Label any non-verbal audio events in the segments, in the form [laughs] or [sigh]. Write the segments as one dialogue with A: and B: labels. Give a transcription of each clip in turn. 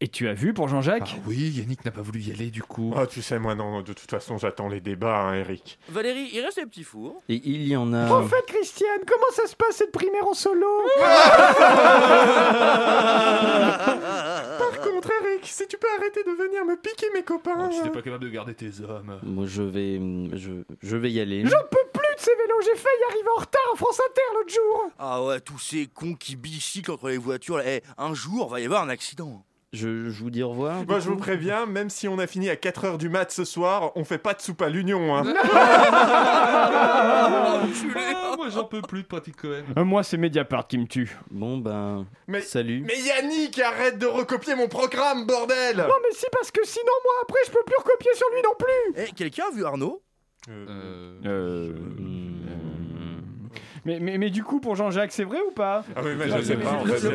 A: Et tu as vu pour Jean-Jacques
B: Ah oui, Yannick n'a pas voulu y aller du coup.
C: Oh, tu sais, moi, non, non, de toute façon, j'attends les débats, hein, Eric.
D: Valérie, il reste les petits fours.
E: Et il y en a.
F: En fait, Christiane, comment ça se passe cette primaire en solo Par contre, Eric, si tu peux arrêter de venir me piquer mes copains.
B: Oh, tu n'es
F: hein.
B: pas capable de garder tes hommes.
E: Moi, je vais, je, je vais y aller.
F: J'en peux plus de ces vélos, j'ai failli arriver en retard à France Inter l'autre jour.
D: Ah ouais, tous ces cons qui bicyclent entre les voitures. là. Eh, un jour, va y avoir un accident.
E: Je, je vous dis au revoir.
C: Moi, je vous préviens, même si on a fini à 4h du mat ce soir, on fait pas de soupe à l'union, hein.
D: Ah, enculé.
B: Ah, moi j'en peux plus de Patrick Cohen.
A: Euh, Moi, c'est Mediapart qui me tue.
E: Bon ben,
C: Mais-
E: salut.
C: Mais Yannick, arrête de recopier mon programme, bordel
F: Non mais si parce que sinon moi après je peux plus recopier sur lui non plus.
D: Eh, quelqu'un a vu Arnaud
A: Euh,
E: Hmm.
A: Mais, mais, mais du coup, pour Jean-Jacques, c'est vrai ou pas
C: Ah oui, mais
B: je sais pas, en fait, c'est-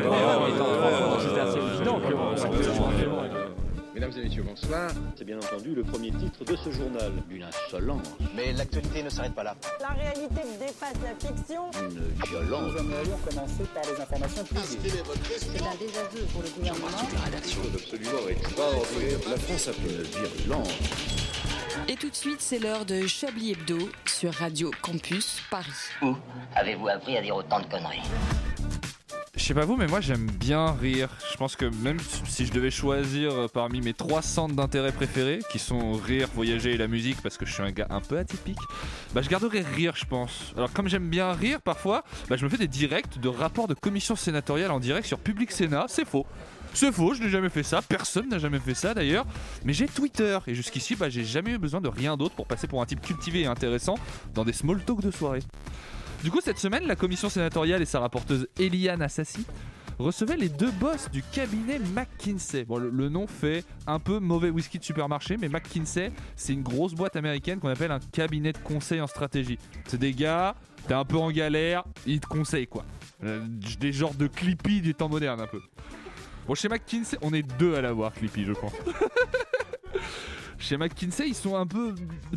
G: Mesdames et messieurs, bonsoir. C'est bien entendu le premier titre de ce journal. Une insolence. Mais l'actualité ne s'arrête pas là.
H: La réalité dépasse la fiction.
G: Une violence. Nous aimerions commencer par les informations privées. C'est un désaveu pour le gouvernement. absolument extraordinaire. La France a fait une virulence.
I: Et tout de suite, c'est l'heure de Chablis Hebdo sur Radio Campus Paris.
J: Avez-vous appris à dire autant de conneries
B: Je sais pas vous, mais moi j'aime bien rire. Je pense que même si je devais choisir euh, parmi mes trois centres d'intérêt préférés, qui sont rire, voyager et la musique, parce que je suis un gars un peu atypique, bah je garderais rire, je pense. Alors comme j'aime bien rire parfois, bah je me fais des directs de rapports de commission sénatoriale en direct sur Public Sénat. C'est faux. C'est faux, je n'ai jamais fait ça, personne n'a jamais fait ça d'ailleurs, mais j'ai Twitter et jusqu'ici bah, j'ai jamais eu besoin de rien d'autre pour passer pour un type cultivé et intéressant dans des small talks de soirée. Du coup, cette semaine, la commission sénatoriale et sa rapporteuse Eliane Assassi recevaient les deux boss du cabinet McKinsey. Bon, le, le nom fait un peu mauvais whisky de supermarché, mais McKinsey, c'est une grosse boîte américaine qu'on appelle un cabinet de conseil en stratégie. C'est des gars, t'es un peu en galère, ils te conseillent quoi. Euh, Des genres de Clippy du temps moderne un peu. Bon, chez McKinsey, on est deux à l'avoir, Clippy, je pense. [laughs] Chez McKinsey, ils sont un peu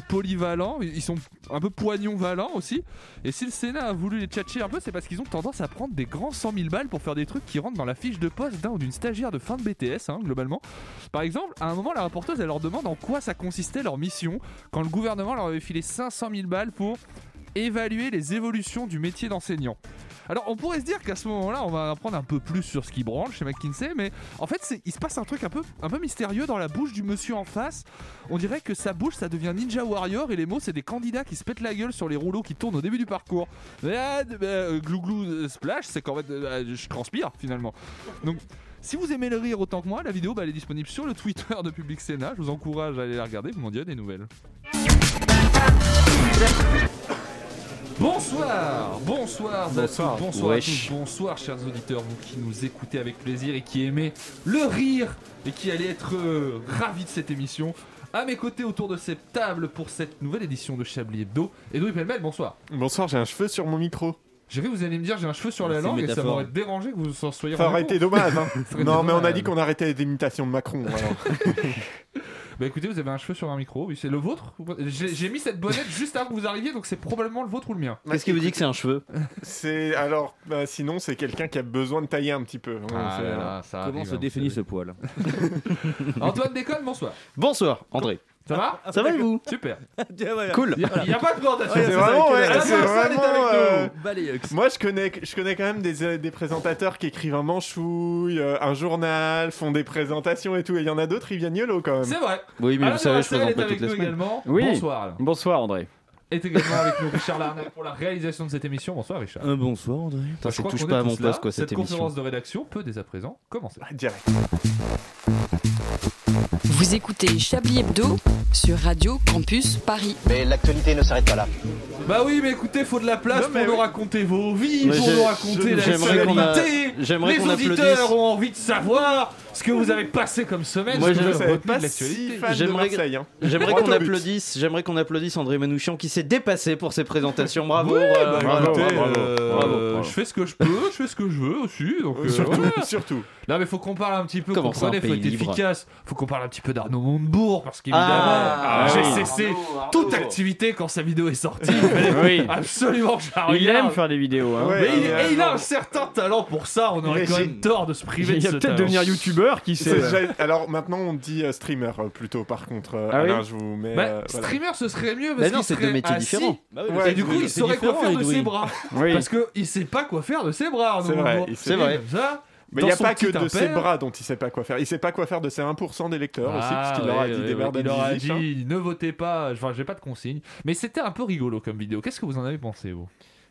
B: polyvalents, ils sont un peu poignons valents aussi. Et si le Sénat a voulu les tchatcher un peu, c'est parce qu'ils ont tendance à prendre des grands 100 000 balles pour faire des trucs qui rentrent dans la fiche de poste d'un ou d'une stagiaire de fin de BTS, hein, globalement. Par exemple, à un moment, la rapporteuse, elle leur demande en quoi ça consistait leur mission quand le gouvernement leur avait filé 500 000 balles pour évaluer les évolutions du métier d'enseignant. Alors, on pourrait se dire qu'à ce moment-là, on va apprendre un peu plus sur ce qui branle chez McKinsey, mais en fait, c'est- il se passe un truc un peu, un peu mystérieux dans la bouche du monsieur en face. On dirait que sa bouche, ça devient Ninja Warrior et les mots, c'est des candidats qui se pètent la gueule sur les rouleaux qui tournent au début du parcours. Ah, d- euh, glou glou euh, splash, c'est qu'en fait, euh, euh, je transpire finalement. Donc, si vous aimez le rire autant que moi, la vidéo, bah, elle est disponible sur le Twitter de Public Sénat. Je vous encourage à aller la regarder, vous m'en direz des nouvelles. Bonsoir, bonsoir, bonsoir, à tous, bonsoir, à
E: Wesh.
B: tous, bonsoir, chers auditeurs, vous qui nous écoutez avec plaisir et qui aimez le rire et qui allez être euh, ravis de cette émission. À mes côtés, autour de cette table pour cette nouvelle édition de Chablis Hebdo, Edoui Pellemel, bonsoir.
C: Bonsoir, j'ai un cheveu sur mon micro.
B: J'ai vu, vous allez me dire, j'ai un cheveu sur la
E: C'est
B: langue et ça
E: métaphore.
B: m'aurait dérangé que vous en soyez
C: Ça
B: rendu
C: aurait
B: compte.
C: été dommage,
B: [laughs]
C: hein.
B: aurait été
C: Non, mais on a
B: dommage.
C: dit qu'on arrêtait les imitations de Macron, alors.
B: Bah écoutez, vous avez un cheveu sur un micro, oui, c'est le vôtre. J'ai j'ai mis cette bonnette [laughs] juste avant que vous arriviez, donc c'est probablement le vôtre ou le mien.
E: Qu'est-ce qui vous dit que c'est un cheveu
C: C'est alors, bah, sinon c'est quelqu'un qui a besoin de tailler un petit peu. Ouais, c'est-
B: Ah, ça hein,
E: Comment se définit ce poil
B: Antoine Déconne, bonsoir.
E: Bonsoir, André.
B: Ça va
E: Ça va et vous
B: Super.
D: Ouais, ouais.
E: Cool.
B: Ah. [laughs] Il n'y a, pas de présentation.
C: C'est vraiment, ouais,
B: Alain
C: c'est
B: Marsan est
C: vraiment,
B: avec Bah,
C: euh,
D: Balayeux.
C: Moi, je connais, je connais quand même des, euh, des présentateurs qui écrivent un manchouille, euh, un journal, font des présentations et tout. Et il y en a d'autres, ils viennent yolo quand même.
B: C'est vrai.
E: Oui, mais
B: Alain
E: vous savez,
B: Duracell
E: je présente
B: ah, est
E: pas
B: avec
E: toutes les
B: nous
E: semaines.
B: également.
A: Oui.
B: Bonsoir. Alain.
A: Bonsoir, André.
B: Est également avec nous Richard Larnac pour la réalisation de cette émission. Bonsoir Richard.
E: Un Euh, bonsoir, André. Putain,
B: Bah, je
E: ça
B: crois
E: touche
B: qu'on
E: pas
B: est
E: à mon
B: tous là.
E: poste, quoi, cette émission.
B: conférence de rédaction peut dès à présent commencer.
C: Ah, direct.
I: Vous écoutez Chablis Hebdo sur Radio Campus Paris.
G: Mais l'actualité ne s'arrête pas là.
B: Bah oui, mais écoutez, faut de la place
C: Non,
B: pour
C: mais
B: nous
C: oui.
B: raconter vos vies,
E: Mais
B: pour
E: j'ai-
B: nous raconter la
E: j'aimerais qu'on a-
B: réalité.
E: j'aimerais
B: Les
E: qu'on
B: auditeurs
E: applaudisse.
B: ont envie de savoir ce que vous avez passé comme semaine.
E: Moi,
B: ce que
E: je-
B: vous
C: Je
B: avez
C: savais
B: retenu
C: pas
B: de l'actualité.
C: si fan de
E: J'aimerais-
C: Marseille. hein.
E: J'aimerais
C: Droit
E: qu'on
C: au but.
E: applaudisse, j'aimerais qu'on applaudisse André Manouchian qui s'est dépassé pour ses présentations. Bravo.
B: Ouais,
E: euh,
B: bah,
E: voilà.
B: écoutez,
A: bravo,
B: euh,
A: bravo, bravo.
B: Je fais ce que je peux, je fais ce que je veux aussi. Donc, euh,
C: surtout,
B: voilà.
C: surtout.
B: Là, mais faut qu'on parle un petit peu.
E: Comment
B: comprenez,
E: ça, un
B: faut
E: pays
B: être
E: libre
B: efficace. Faut qu'on parle un petit peu d'Arnaud Montebourg parce qu'évidemment,
E: Ah,
B: j'ai
A: oui.
B: cessé toute activité quand sa vidéo est sortie.
A: Oui.
B: Absolument, que je la
A: Il
B: regarde.
A: aime faire des vidéos. Hein.
C: Ouais.
B: Mais il,
C: Ouais,
B: et il a
C: bon.
B: un certain talent pour ça. On aurait
C: Mais
B: quand
C: j'ai-
B: même tort de se priver
A: Il
B: de
A: va
B: ce
A: peut-être
B: talent.
A: devenir youtubeur joueur qui sait.
C: C'est- j'ai- Alors maintenant, on dit euh, streamer euh, plutôt, par contre. euh,
A: Ah oui
C: Alain, je vous mets.
B: Bah,
C: euh, voilà.
B: Streamer, ce serait mieux parce
C: Bah
B: qu'il
C: non, c'est deux
B: serait
C: métiers
B: assis.
C: différents. Bah oui,
B: et
C: c'est
B: du coup, il
C: différent.
B: saurait quoi faire de
C: Edwin.
B: ses bras.
C: Oui.
B: Parce qu'il sait pas quoi faire de ses bras.
C: C'est
B: Arnaud
C: vrai,
B: Montebourg.
C: il sait-
B: Il est comme ça,
C: Mais il
B: dans
C: n'y a
B: son
C: pas que
B: petit
C: de ses
B: impair.
C: bras dont il sait pas quoi faire. Il sait pas quoi faire de ses 1% des lecteurs aussi,
B: Ah,
C: parce qu'il
B: ouais,
C: leur a dit
B: ouais,
C: des
B: ouais,
C: merdes à
B: il leur a
C: Dizic, hein.
B: dit, ne votez pas. Enfin, j'ai pas de consigne. Mais c'était un peu rigolo comme vidéo. Qu'est-ce que vous en avez pensé, vous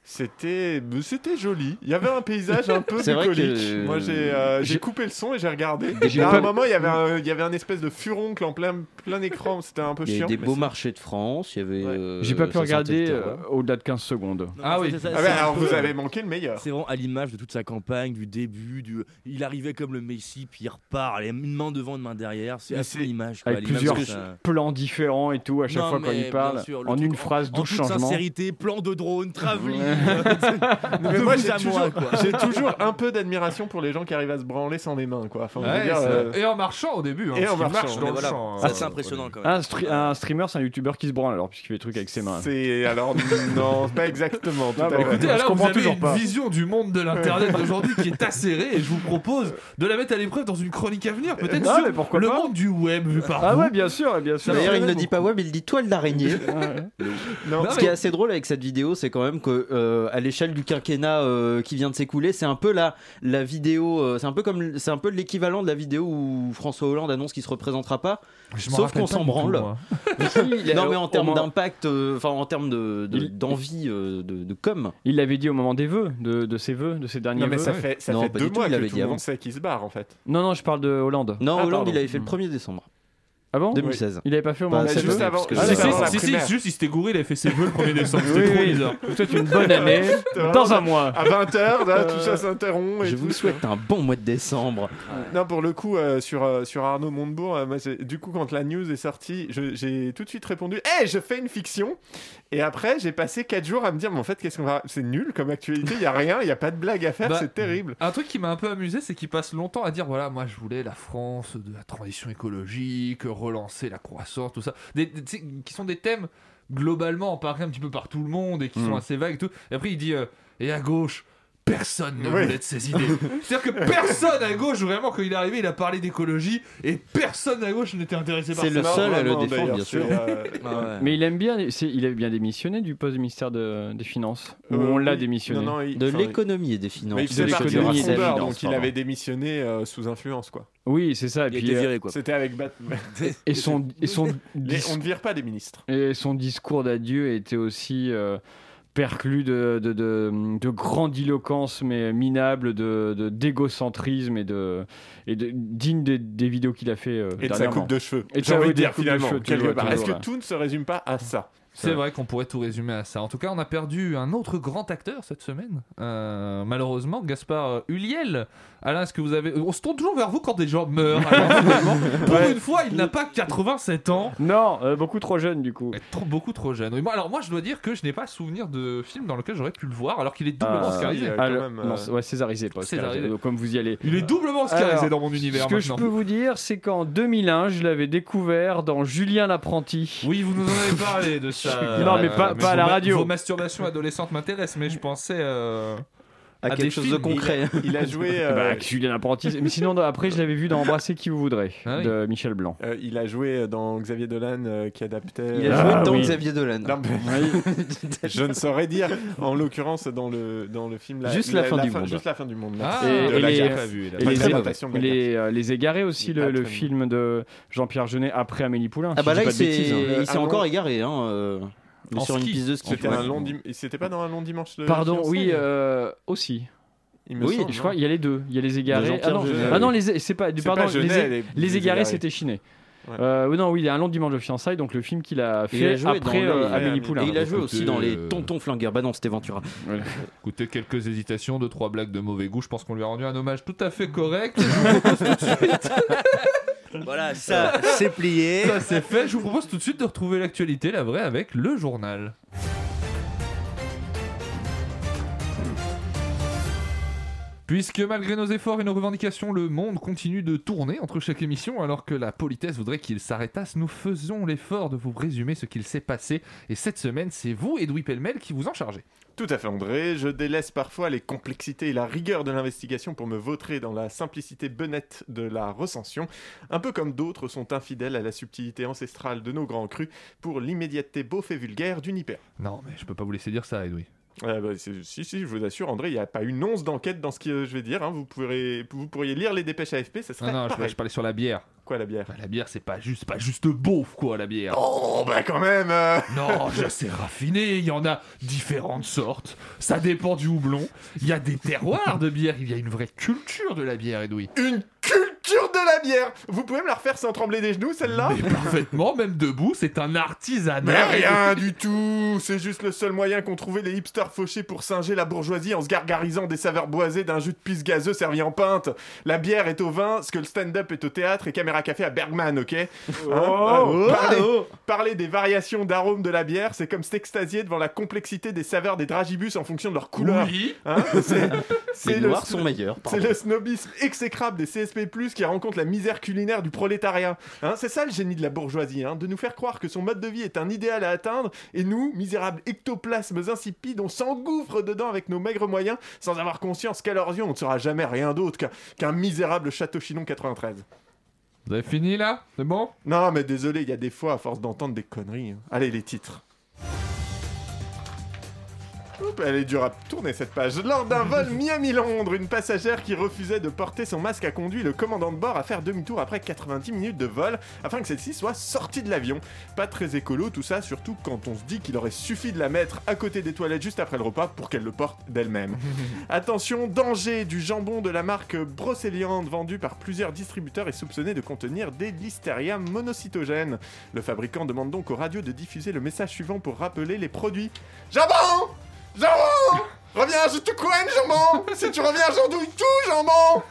C: C'était c'était joli. Il y avait un paysage un [laughs] peu
B: C'est vrai
C: bucolique.
B: que-
C: Moi, j'ai euh,
B: j'ai-
C: j'ai coupé le son et j'ai regardé.
E: Et j'ai
C: à
E: pas-
C: un moment, il y avait un, il y avait un espèce de furoncle en plein, plein écran. C'était un peu
E: Il y
C: chiant.
E: avait des
C: mais
E: beaux
C: c'est-
E: marchés de France, il y avait. euh,
A: J'ai pas pu
E: ça
A: regarder
E: sentait le
A: euh,
E: terroir.
A: au-delà de 15 secondes.
B: Ah oui.
D: C'est ça,
C: Ah
D: c'est
C: bah,
D: un
C: alors,
D: peu-
C: vous avez manqué le meilleur.
D: C'est vraiment à l'image de toute sa campagne, du début, du... il arrivait comme le Messi, puis il repart, les- une main devant, une main derrière, c'est
A: Mais
D: assez
A: c'est-
D: l'image. quoi, à
A: Avec
D: l'image
A: plusieurs
D: de sa-
A: plans différents et tout, à chaque
D: Non,
A: fois quand
D: mais
A: il
D: bien
A: parle,
D: sûr, le
A: en
D: truc
A: une phrase,
D: En
A: 12
D: toute
A: changements.
D: sincérité, plan de drone, travelling. [laughs]
C: Mais
D: De
C: moi,
D: vous
C: j'ai
D: à
C: toujours,
D: moi, quoi.
C: j'ai toujours un peu d'admiration pour les gens qui arrivent à se branler sans les mains, quoi. Enfin, je veux
B: Ouais,
C: dire,
B: c'est-
C: euh,
B: Et en marchant au début. hein,
C: et
B: parce
C: en
B: qu'il
C: marchant,
B: marche dans
C: mais
B: le
C: voilà. Ah,
B: champ,
D: Ça,
B: euh,
D: c'est impressionnant quand même.
A: Un, stre- un streamer, c'est un youtubeur qui se branle alors, puisqu'il fait des trucs avec ses mains.
C: C'est alors non, pas exactement. tout
A: Ah
C: à
A: bah,
C: fait.
B: Écoutez,
A: Je
B: alors vous
A: comprends
B: avez
A: toujours
B: une
A: pas.
B: vision du monde de
C: [laughs]
B: l'internet d'aujourd'hui qui est acérée et je vous propose de la mettre à l'épreuve dans une chronique à
C: Euh,
B: venir, peut-être
A: non, mais
B: sur
A: pourquoi
B: le
A: pas
B: monde du web vu par
A: Ah
B: vous.
A: ouais, bien sûr, bien sûr.
E: D'ailleurs, il ne dit pas web, il dit toile d'araignée.
C: [laughs] Non,
B: mais-
E: Ce qui est assez drôle avec cette vidéo, c'est quand même que euh, à l'échelle du quinquennat euh, qui vient de s'écouler, c'est un peu la la vidéo, euh, c'est un peu comme c'est un peu l'équivalent de la vidéo où François Hollande annonce qu'il se représentera pas,
B: Je m'en
E: sauf
B: rappelle
E: qu'on
B: pas
E: s'en
B: du tout,
E: branle.
B: moi.
A: [laughs] Il a-
E: non mais
A: au
E: en termes
A: moins-
E: d'impact, euh, enfin en termes de de-
A: Il-
E: d'envie euh, de, de com.
A: Il l'avait dit au moment des vœux, de, de ses vœux, de ses derniers
C: Non mais
A: vœux.
C: ça fait ça
E: Non,
C: fait
E: pas
C: deux
E: du tout,
C: mois
E: il
C: que
E: avait
C: tout
E: dit
C: le monde
E: avant.
C: sait qu'il se barre en fait.
A: Non, non, je parle de Hollande.
E: Non,
C: Ah,
E: Hollande,
C: pardon. Oh,
E: il avait fait le 1er décembre
A: Ah bon
E: 2016.
A: Il l'avait pas fait au
E: Bah,
A: moment des
E: c'est
A: vœux
C: juste avant.
E: parce que
B: Ah,
E: je
B: si,
E: sais pas,
B: si,
E: avant
C: la
B: si, si,
C: primaire.
B: juste il s'était gouré, il avait fait ses vœux le
A: [laughs]
B: 1er décembre,
A: Oui,
B: c'était trop
A: oui.
B: bizarre.
A: Je vous souhaite une bonne
C: [laughs]
A: année dans un mois.
C: À [laughs] 20h, là, tout ça s'interrompt. et
E: Je
C: tout.
E: vous souhaite un bon mois de décembre.
C: Non, pour le coup, euh, sur, euh, sur Arnaud Montebourg, euh, moi, c'est- du coup, quand la news est sortie, je- j'ai tout de suite répondu Hé, je fais une fiction Et après, j'ai passé 4 jours à me dire Mais en fait, qu'est-ce qu'on va. C'est nul comme actualité, il n'y a rien, il n'y a pas de blague à faire,
B: Bah,
C: c'est terrible.
B: Un truc qui m'a un peu amusé, c'est qu'il passe longtemps à dire voilà, moi je voulais la France de la transition écologique, relancer la croissance, tout ça. Des, des- tu sais, qui sont des thèmes globalement emparés un petit peu par tout le monde et qui sont assez vagues et tout. Et après il dit euh, et à gauche. Personne ne
C: Oui.
B: voulait de ses [laughs] idées. C'est-à-dire que personne à gauche, vraiment, quand il est arrivé, il a parlé d'écologie et personne à gauche n'était intéressé par
E: C'est
B: ça.
E: le seul à le
C: Normalement,
E: défendre,
C: d'ailleurs,
E: bien sûr.
C: c'est, euh,
D: Ah ouais.
A: Mais il aime bien, c'est- il avait bien démissionné du poste du ministère de- des Finances. Ou
C: euh,
A: on l'a
C: oui.
A: démissionné.
C: Non, non, il-
E: De
C: enfin,
E: l'économie et des finances.
C: Mais il faisait
A: de
C: partie
A: l'économie
C: des
A: et de la
C: fondeurs,
A: finance,
C: donc il
A: pardon.
C: avait démissionné euh, sous influence, quoi.
A: Oui, c'est
D: Il
A: ça. Et,
D: a
A: puis,
D: été
A: euh,
C: [laughs]
D: viré quoi.
C: C'était avec Batman.
A: et son, et son,
C: Les-
A: dis-
C: on ne vire pas des ministres.
A: et son discours d'adieu était aussi euh, perclus de, de, de- de grandiloquence, mais minable, de de- d'égocentrisme et, de, et de, digne des, des vidéos qu'il a fait euh,
C: Et de sa
A: dernièrement.
C: coupe de cheveux.
A: Et de
C: J'ai
A: sa-
C: envie
A: oui,
C: de
A: de la
C: dire
A: coupe de
C: finalement,
A: cheveux,
C: quelque
A: toujours,
C: part. Est-ce
A: toujours,
C: que tout ne se résume pas à ça
B: C'est vrai qu'on pourrait tout résumer à ça. En tout cas, on a perdu un autre grand acteur cette semaine. Euh, malheureusement, Gaspard euh, Huliel. Alain, est-ce que vous avez. euh, On se tourne toujours vers vous quand des gens meurent. Alain,
A: [laughs]
B: finalement. Pour une fois, il n'a pas 87 ans.
A: Non, euh, beaucoup trop jeune du coup.
B: Il est trop, beaucoup trop jeune. Oui, moi- alors, moi, je dois dire que je n'ai pas souvenir de film dans lequel j'aurais pu le voir, alors qu'il est doublement
A: Euh,
B: oscarisé.
C: quand
A: Ah, le-
C: même, euh,
A: non, c'est- ouais, césarisé, pas oscarisé,
B: Césarisé.
A: euh, Comme vous y allez.
B: Il est doublement oscarisé
A: Alors,
B: dans mon univers
A: Ce que je
B: maintenant.
A: peux vous dire, c'est qu'en 2001, je l'avais découvert dans Julien l'apprenti.
B: Oui, vous nous en avez parlé de ça.
A: [laughs]
B: Euh,
A: Non, mais pas- pas à la
B: vos ma-
A: radio.
B: Vos masturbations adolescentes m'intéressent, mais je pensais. euh,
E: À
B: des
E: quelque chose de
B: films,
E: concret.
C: Il a joué. euh,
A: Bah, Julien l'apprenti. Mais sinon, dans- après, je l'avais vu dans Embrasser qui vous voudrez
B: Ah oui.
A: de Michel Blanc.
C: euh, il a joué dans Xavier Dolan euh, qui adaptait.
E: Il a
A: Ah,
E: joué dans
A: oui.
E: Xavier Dolan.
C: Non, mais [laughs] je ne saurais dire. En l'occurrence, dans le, dans le film.
A: Juste la fin du monde.
C: Juste la fin du monde.
B: Ah,
C: merci.
A: Et-
C: De
A: et
C: la
A: les-
C: gaffe.
B: pas vu.
A: Et
C: Pas
A: les,
C: très
A: les,
C: mauvais. de la
A: euh, les égarés aussi,
C: Il est
A: le,
C: pas
A: le
C: très
A: film de Jean-Pierre Jeunet après Amélie Poulain.
E: Ah
A: si
E: bah
A: je
E: là,
A: dis
E: il
A: pas de
E: s'est
A: bêtises, hein.
E: il s'est
C: Arnaud-
E: encore égaré, hein, euh,
B: En
E: sur
B: ski.
E: une piste de ski.
C: C'était
E: ouais.
C: un long dim- C'était pas dans un long dimanche. le
A: Pardon,
C: fiancé,
A: oui, euh, aussi.
C: il me
E: oui,
C: semble,
A: Je crois qu'il y a les deux. Il y a les
E: De
A: égarés.
E: hein. Jean-Pierre
A: Ah non,
E: Jeunet,
A: ah non,
E: oui.
A: les, c'est pas,
C: C'est
A: pardon,
C: pas
A: les,
C: Jeunet,
A: é- les égarés, c'était Chiné.
C: Ouais.
A: Euh, oui, non, oui, il y a un long dimanche de fiançailles, donc le film qu'il a
E: Il a
A: fait
E: joué dans
A: après
E: le-
A: euh,
C: il a-
A: Amélie
E: Et
A: Poulain.
E: il a joué aussi dans les
B: euh,
E: tontons flingueurs. Bah non, c'était Ventura.
B: Écoutez, quelques hésitations, deux trois blagues de mauvais goût. Je pense qu'on lui a rendu un hommage tout à fait correct. [laughs] Je vous propose tout de suite-
D: Voilà,
C: Ah.
D: ça, c'est plié.
B: ça c'est fait. Je vous propose tout de suite de retrouver l'actualité, la vraie, avec le journal. Puisque malgré nos efforts et nos revendications, le monde continue de tourner entre chaque émission, alors que la politesse voudrait qu'il s'arrêtasse, nous faisons l'effort de vous résumer ce qu'il s'est passé. Et cette semaine, c'est vous, Edoui Pellemel, qui vous en chargez.
C: Tout à fait André, je délaisse parfois les complexités et la rigueur de l'investigation pour me vautrer dans la simplicité benette de la recension, un peu comme d'autres sont infidèles à la subtilité ancestrale de nos grands crus pour l'immédiateté beauf et vulgaire d'une hyper.
B: Non, mais je peux pas vous laisser dire ça, Edoui.
C: Ah bah, c'est- si, si, je vous assure, André, il n'y a pas une once d'enquête dans ce que je vais dire. hein. Vous, pourrez, vous pourriez lire les dépêches AFP, ça serait.
B: Ah Non, non, je,
C: pareil.
B: je parlais sur la bière.
C: Quoi, la bière
B: La bière, c'est pas juste, c'est pas juste beauf, quoi, la bière.
C: Oh, bah quand même euh.
B: Non, je sais raffiner, il y en a différentes sortes. Ça dépend du houblon. Il y a des terroirs de bière, il y a une vraie culture de la bière, Edoui.
C: Une culture de la bière Vous pouvez me la refaire sans trembler des genoux, celle-là
B: Mais parfaitement, même debout, c'est un artisanat.
C: Mais rien du tout C'est juste le seul moyen qu'ont trouvé les hipsters fauchés pour singer la bourgeoisie en se gargarisant des saveurs boisées d'un jus de pisse gazeux servi en pinte. La bière est au vin, ce que le stand-up est au théâtre et Caméra Café à Bergman, ok Hein
K: oh,
C: parler,
K: oh.
C: parler des variations d'arômes de la bière, c'est comme s'extasier devant la complexité des saveurs des dragibus en fonction de leur couleur.
B: Oui.
C: Hein c'est c'est
E: Les
C: le
E: noirs
C: sno-
E: sont meilleurs, pardon.
C: C'est le snobisme exécrable des CSP+, qui rencontre la misère culinaire du prolétariat. Hein, c'est ça le génie de la bourgeoisie, hein, de nous faire croire que son mode de vie est un idéal à atteindre, et nous, misérables ectoplasmes insipides, on s'engouffre dedans avec nos maigres moyens, sans avoir conscience qu'à leurs yeux, on ne sera jamais rien d'autre qu'un qu'un misérable château chinon 93.
B: Vous avez fini là C'est bon
C: Non, mais désolé, il y a des fois, à force d'entendre des conneries. hein. Allez, les titres. Oups, elle est dure à tourner cette page. Lors d'un vol Miami-Londres, une passagère qui refusait de porter son masque a conduit le commandant de bord à faire demi-tour après 90 minutes de vol afin que celle-ci soit sortie de l'avion. Pas très écolo tout ça, surtout quand on se dit qu'il aurait suffi de la mettre à côté des toilettes juste après le repas pour qu'elle le porte d'elle-même. Attention, danger du jambon de la marque Brocéliande vendu par plusieurs distributeurs est soupçonné de contenir des listeria monocytogènes. Le fabricant demande donc aux radios de diffuser le message suivant pour rappeler les produits. Jambon Jambon Reviens, je te couenne, jambon Si tu reviens, j'endouille tout, jambon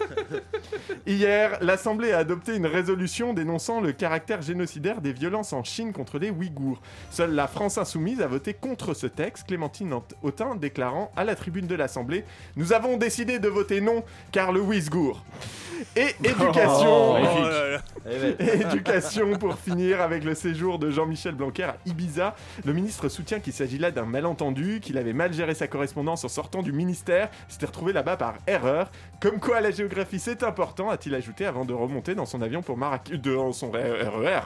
C: Hier, l'Assemblée a adopté une résolution dénonçant le caractère génocidaire des violences en Chine contre les Ouïghours. Seule la France insoumise a voté contre ce texte, Clémentine Ant- Autain déclarant à la tribune de l'Assemblée « Nous avons décidé de voter non, car le Ouïghour !» Et éducation
K: Oh, magnifique. Oh là là. Eh
C: Et
K: ben.
C: éducation pour finir avec le séjour de Jean-Michel Blanquer à Ibiza. Le ministre soutient qu'il s'agit là d'un malentendu, qu'il avait mal géré sa correspondance en sortant du ministère, s'était retrouvé là-bas par erreur. Comme quoi la géographie c'est important, a-t-il ajouté avant de remonter dans son avion pour Marrakech, dans son RER.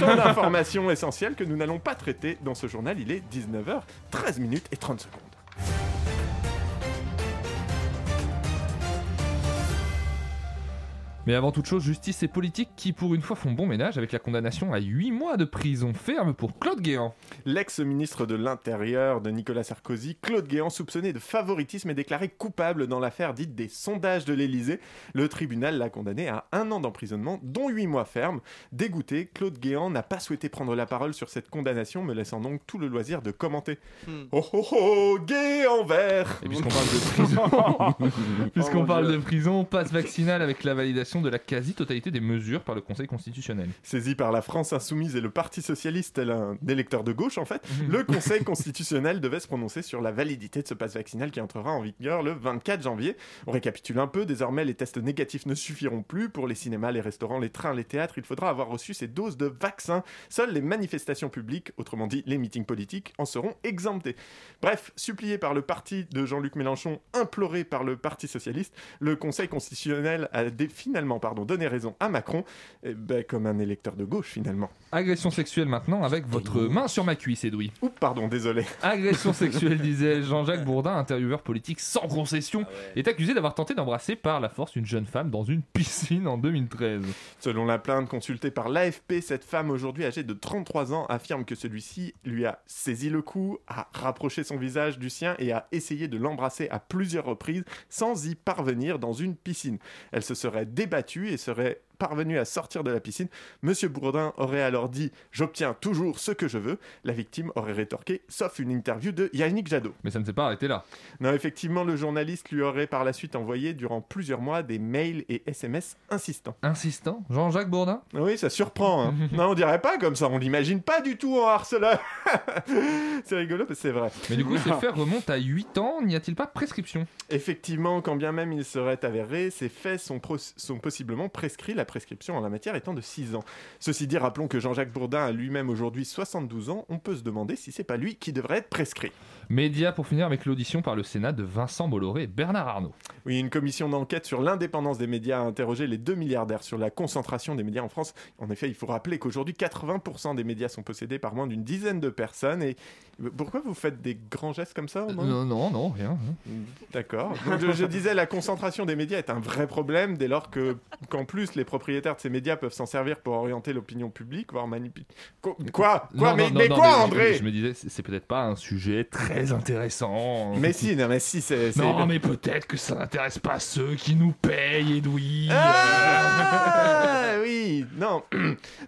C: Tant d'informations essentielles que nous n'allons pas traiter dans ce journal. Il est 19h13 minutes et 30 secondes.
B: Mais avant toute chose, justice et politique qui, pour une fois, font bon ménage avec la condamnation à 8 mois de prison ferme pour Claude Guéant.
C: L'ex-ministre de l'Intérieur de Nicolas Sarkozy, Claude Guéant, soupçonné de favoritisme, est déclaré coupable dans l'affaire dite des sondages de l'Élysée. Le tribunal l'a condamné à un an d'emprisonnement, dont huit mois ferme. Dégoûté, Claude Guéant n'a pas souhaité prendre la parole sur cette condamnation, me laissant donc tout le loisir de commenter. Oh oh oh, Guéant vert
B: Puisqu'on parle de
C: Oh
B: prison, puisqu'on parle de prison, passe vaccinale avec la validation de la quasi-totalité des mesures par le Conseil constitutionnel.
C: Saisi par la France insoumise et le Parti socialiste, tel un électeur de gauche en fait, le Conseil constitutionnel [laughs] devait se prononcer sur la validité de ce passe vaccinal qui entrera en vigueur le 24 janvier. On récapitule un peu, désormais les tests négatifs ne suffiront plus. Pour les cinémas, les restaurants, les trains, les théâtres, il faudra avoir reçu ces doses de vaccin. Seules les manifestations publiques, autrement dit les meetings politiques, en seront exemptés. Bref, supplié par le parti de Jean-Luc Mélenchon, imploré par le Parti socialiste, le Conseil constitutionnel a dé- finalement pardon, donné raison à Macron, eh ben, comme un électeur de gauche finalement.
B: Agression sexuelle maintenant avec votre main sur ma cuisse, Edoui.
C: Oups, pardon, désolé. [laughs]
B: Agression sexuelle, disait Jean-Jacques Bourdin, intervieweur politique sans
D: Ah
B: concession, est accusé d'avoir tenté d'embrasser par la force une jeune femme dans une piscine en 2013.
C: Selon la plainte consultée par l'AFP, cette femme aujourd'hui âgée de 33 ans affirme que celui-ci lui a saisi le cou, a rapproché son visage du sien et a essayé de l'embrasser à plusieurs reprises sans y parvenir dans une piscine. Elle se serait débattue et serait parvenu à sortir de la piscine. Monsieur Bourdin aurait alors dit J'obtiens toujours ce que je veux. La victime aurait rétorqué Sauf une interview de Yannick Jadot.
B: Mais ça ne s'est pas arrêté là.
C: Non, effectivement, le journaliste lui aurait par la suite envoyé durant plusieurs mois des mails et SMS insistants.
B: Insistant Jean-Jacques Bourdin
C: Oui, ça surprend. hein. non, on dirait pas comme ça, on l'imagine pas du tout en harceleur. [laughs] c'est rigolo parce que c'est vrai.
B: Mais du coup, ces
C: Non.
B: faits remontent à 8 ans. N'y a-t-il pas prescription
C: Effectivement, quand bien même il serait avéré, ces faits sont, pros- sont possiblement prescrits, la prescription en la matière étant de 6 ans. Ceci dit, rappelons que Jean-Jacques Bourdin a lui-même aujourd'hui 72 ans, on peut se demander si c'est pas lui qui devrait être prescrit.
B: Média pour finir avec l'audition par le Sénat de Vincent Bolloré et Bernard Arnault.
C: Oui, une commission d'enquête sur l'indépendance des médias a interrogé les deux milliardaires sur la concentration des médias en France. En effet, il faut rappeler qu'aujourd'hui, 80% des médias sont possédés par moins d'une dizaine de personnes. Et pourquoi vous faites des grands gestes comme ça au moins
B: Non, Euh, non, non, rien. hein.
C: D'accord. Donc, je, je disais, la concentration des médias est un vrai problème dès lors que, qu'en plus, les propriétaires de ces médias peuvent s'en servir pour orienter l'opinion publique, voire manipuler. Quoi Quoi
B: Non,
C: Mais,
B: non, non,
C: mais
B: non,
C: quoi,
B: mais je-
C: André
B: je, me disais, c'est c'est peut-être pas un sujet très intéressant.
C: Mais si, non, mais si, c'est. c'est-
B: Non, mais peut-être que ça n'intéresse pas ceux qui nous payent, Edoui. Euh.
C: Ah oui, non.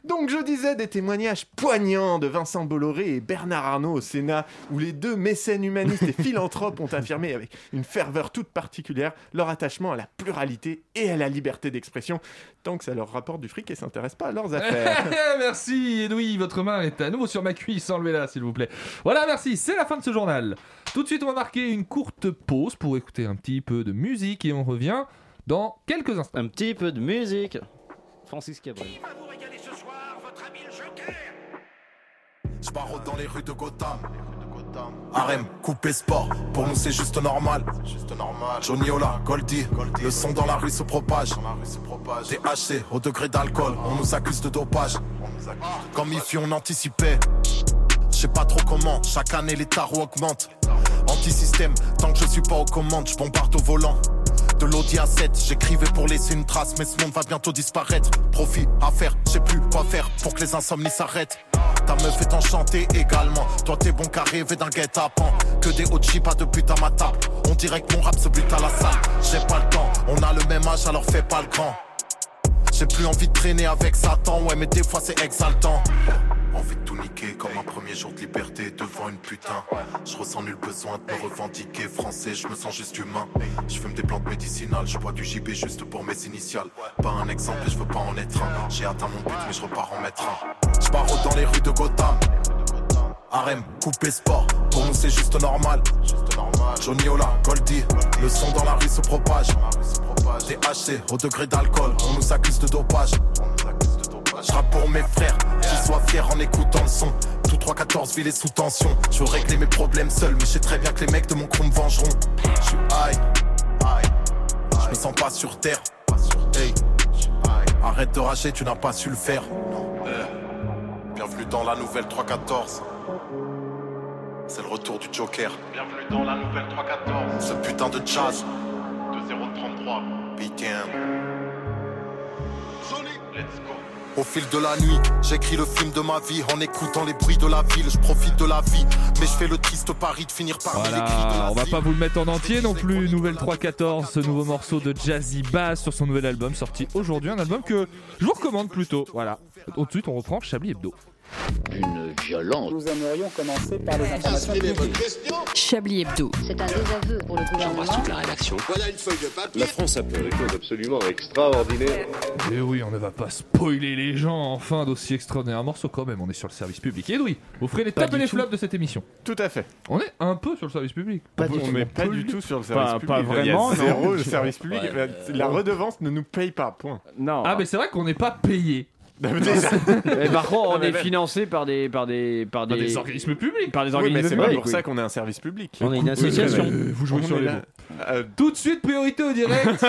C: Donc je disais des témoignages poignants de Vincent Bolloré et Bernard Arnault au Sénat, où les deux mécènes humanistes et philanthropes ont affirmé avec une ferveur toute particulière leur attachement à la pluralité et à la liberté d'expression, tant que ça leur rapporte du fric et s'intéresse pas à leurs
A: [laughs]
C: affaires.
B: [laughs] Eh, merci Edoui, votre main est à nouveau sur ma cuisse, enlevez-la s'il vous plaît. Voilà, merci, c'est la fin de ce journal. Tout de suite, on va marquer une courte pause pour écouter un petit peu de musique et on revient dans quelques instants.
E: Un petit peu de musique. Francis Cabrel.
L: Je barre dans les rues de Gotham. Harem, coupé sport, pour nous c'est juste normal. Johnny Ola, Goldie, le son dans la rue se propage. THC, au degré d'alcool, on nous accuse de dopage. Comme Ifi, on anticipait. Je sais pas trop comment, chaque année les tarots augmentent. Anti-système, tant que je suis pas aux commandes, je bombarde au volant. De l'Audi A7, j'écrivais pour laisser une trace, mais ce monde va bientôt disparaître. Profit à faire, je sais plus quoi faire pour que les insomnies s'arrêtent. Ta meuf est enchantée également, toi t'es bon qu'à rêver d'un guet-apens. Que des OG, pas de but à ma table. On dirait que mon rap se bute à la salle. J'ai pas le temps, on a le même âge alors fais pas le grand. J'ai plus envie de traîner avec Satan, ouais, mais des fois c'est exaltant. Envie de tout niquer comme un premier jour de liberté devant une putain. Je ressens nul besoin de me revendiquer français, je me sens juste humain. Je fume des plantes médicinales, je bois du JB juste pour mes initiales. Pas un exemple et je veux pas en être un. J'ai atteint mon but mais je repars en mettre un. Je pars dans les rues de Gotham. Harem, coupé sport, pour nous c'est juste normal. Johnny Ola, Goldie, le son dans la rue se propage. THC, au degré d'alcool, on nous accuse de dopage. J'rappe pour mes frères, qu'ils soient fiers en écoutant le son. Tout 3-14 ville est sous tension. Je veux régler mes problèmes seul, mais je sais très bien que les mecs de mon crew me vengeront. Je suis high, je me sens pas sur terre. Hey, arrête de rager, tu n'as pas su le faire. Euh, Bienvenue dans la nouvelle 314. C'est le retour du Joker. Bienvenue dans la nouvelle 314. Ce putain de jazz. De 033. Let's go. Au fil de la nuit, j'écris le film de ma vie en écoutant les bruits de la ville. Je profite de la vie, mais je fais le triste pari de finir par les cris de la
B: Voilà, on va pas vous le mettre en entier non plus. Nouvelle 314, ce nouveau morceau de Jazzy Bass sur son nouvel album sorti aujourd'hui, un album que je vous recommande plutôt. Voilà. Tout de suite, on reprend Chablis Hebdo. Une violence.
M: Nous aimerions commencer par les informations
I: Chablis Hebdo. C'est un désaveu pour le gouvernement.
G: la rédaction. Voilà une feuille de papier. La France a fait des choses absolument extraordinaires.
B: Et Eh oui, on ne va pas spoiler les gens enfin d'aussi extraordinaire morceau quand même. On est sur le service public. Et oui, vous ferez les
A: Pas
B: tapes et
A: du
B: les
A: tout.
B: flops de cette émission.
C: Tout à fait.
B: On est un peu sur le service public.
A: Ah
C: Pas du
B: On
C: tout.
B: est
C: Mais pas du tout sur le service public.
A: pas
C: Il y a
A: vraiment, non.
C: zéro le service public.
A: Ouais,
C: La-
A: euh,
C: La
A: non.
C: redevance ne nous paye pas, point.
A: [laughs] Non.
B: Ah, mais c'est vrai qu'on n'est pas payé.
C: [laughs]
A: Mais par contre,
E: Ah,
C: Non,
A: on
C: mais
A: est
C: même.
A: financé par des, par des, par des,
B: Par des organismes publics.
A: Par des
C: Oui,
A: organismes
C: mais c'est
A: publics.
C: pas pour
A: oui.
C: ça qu'on est un service public.
A: On est une association. Vous jouez
C: On
A: sur
C: est
A: les
C: là.
A: mots.
C: Euh,
B: Tout de suite, priorité au direct.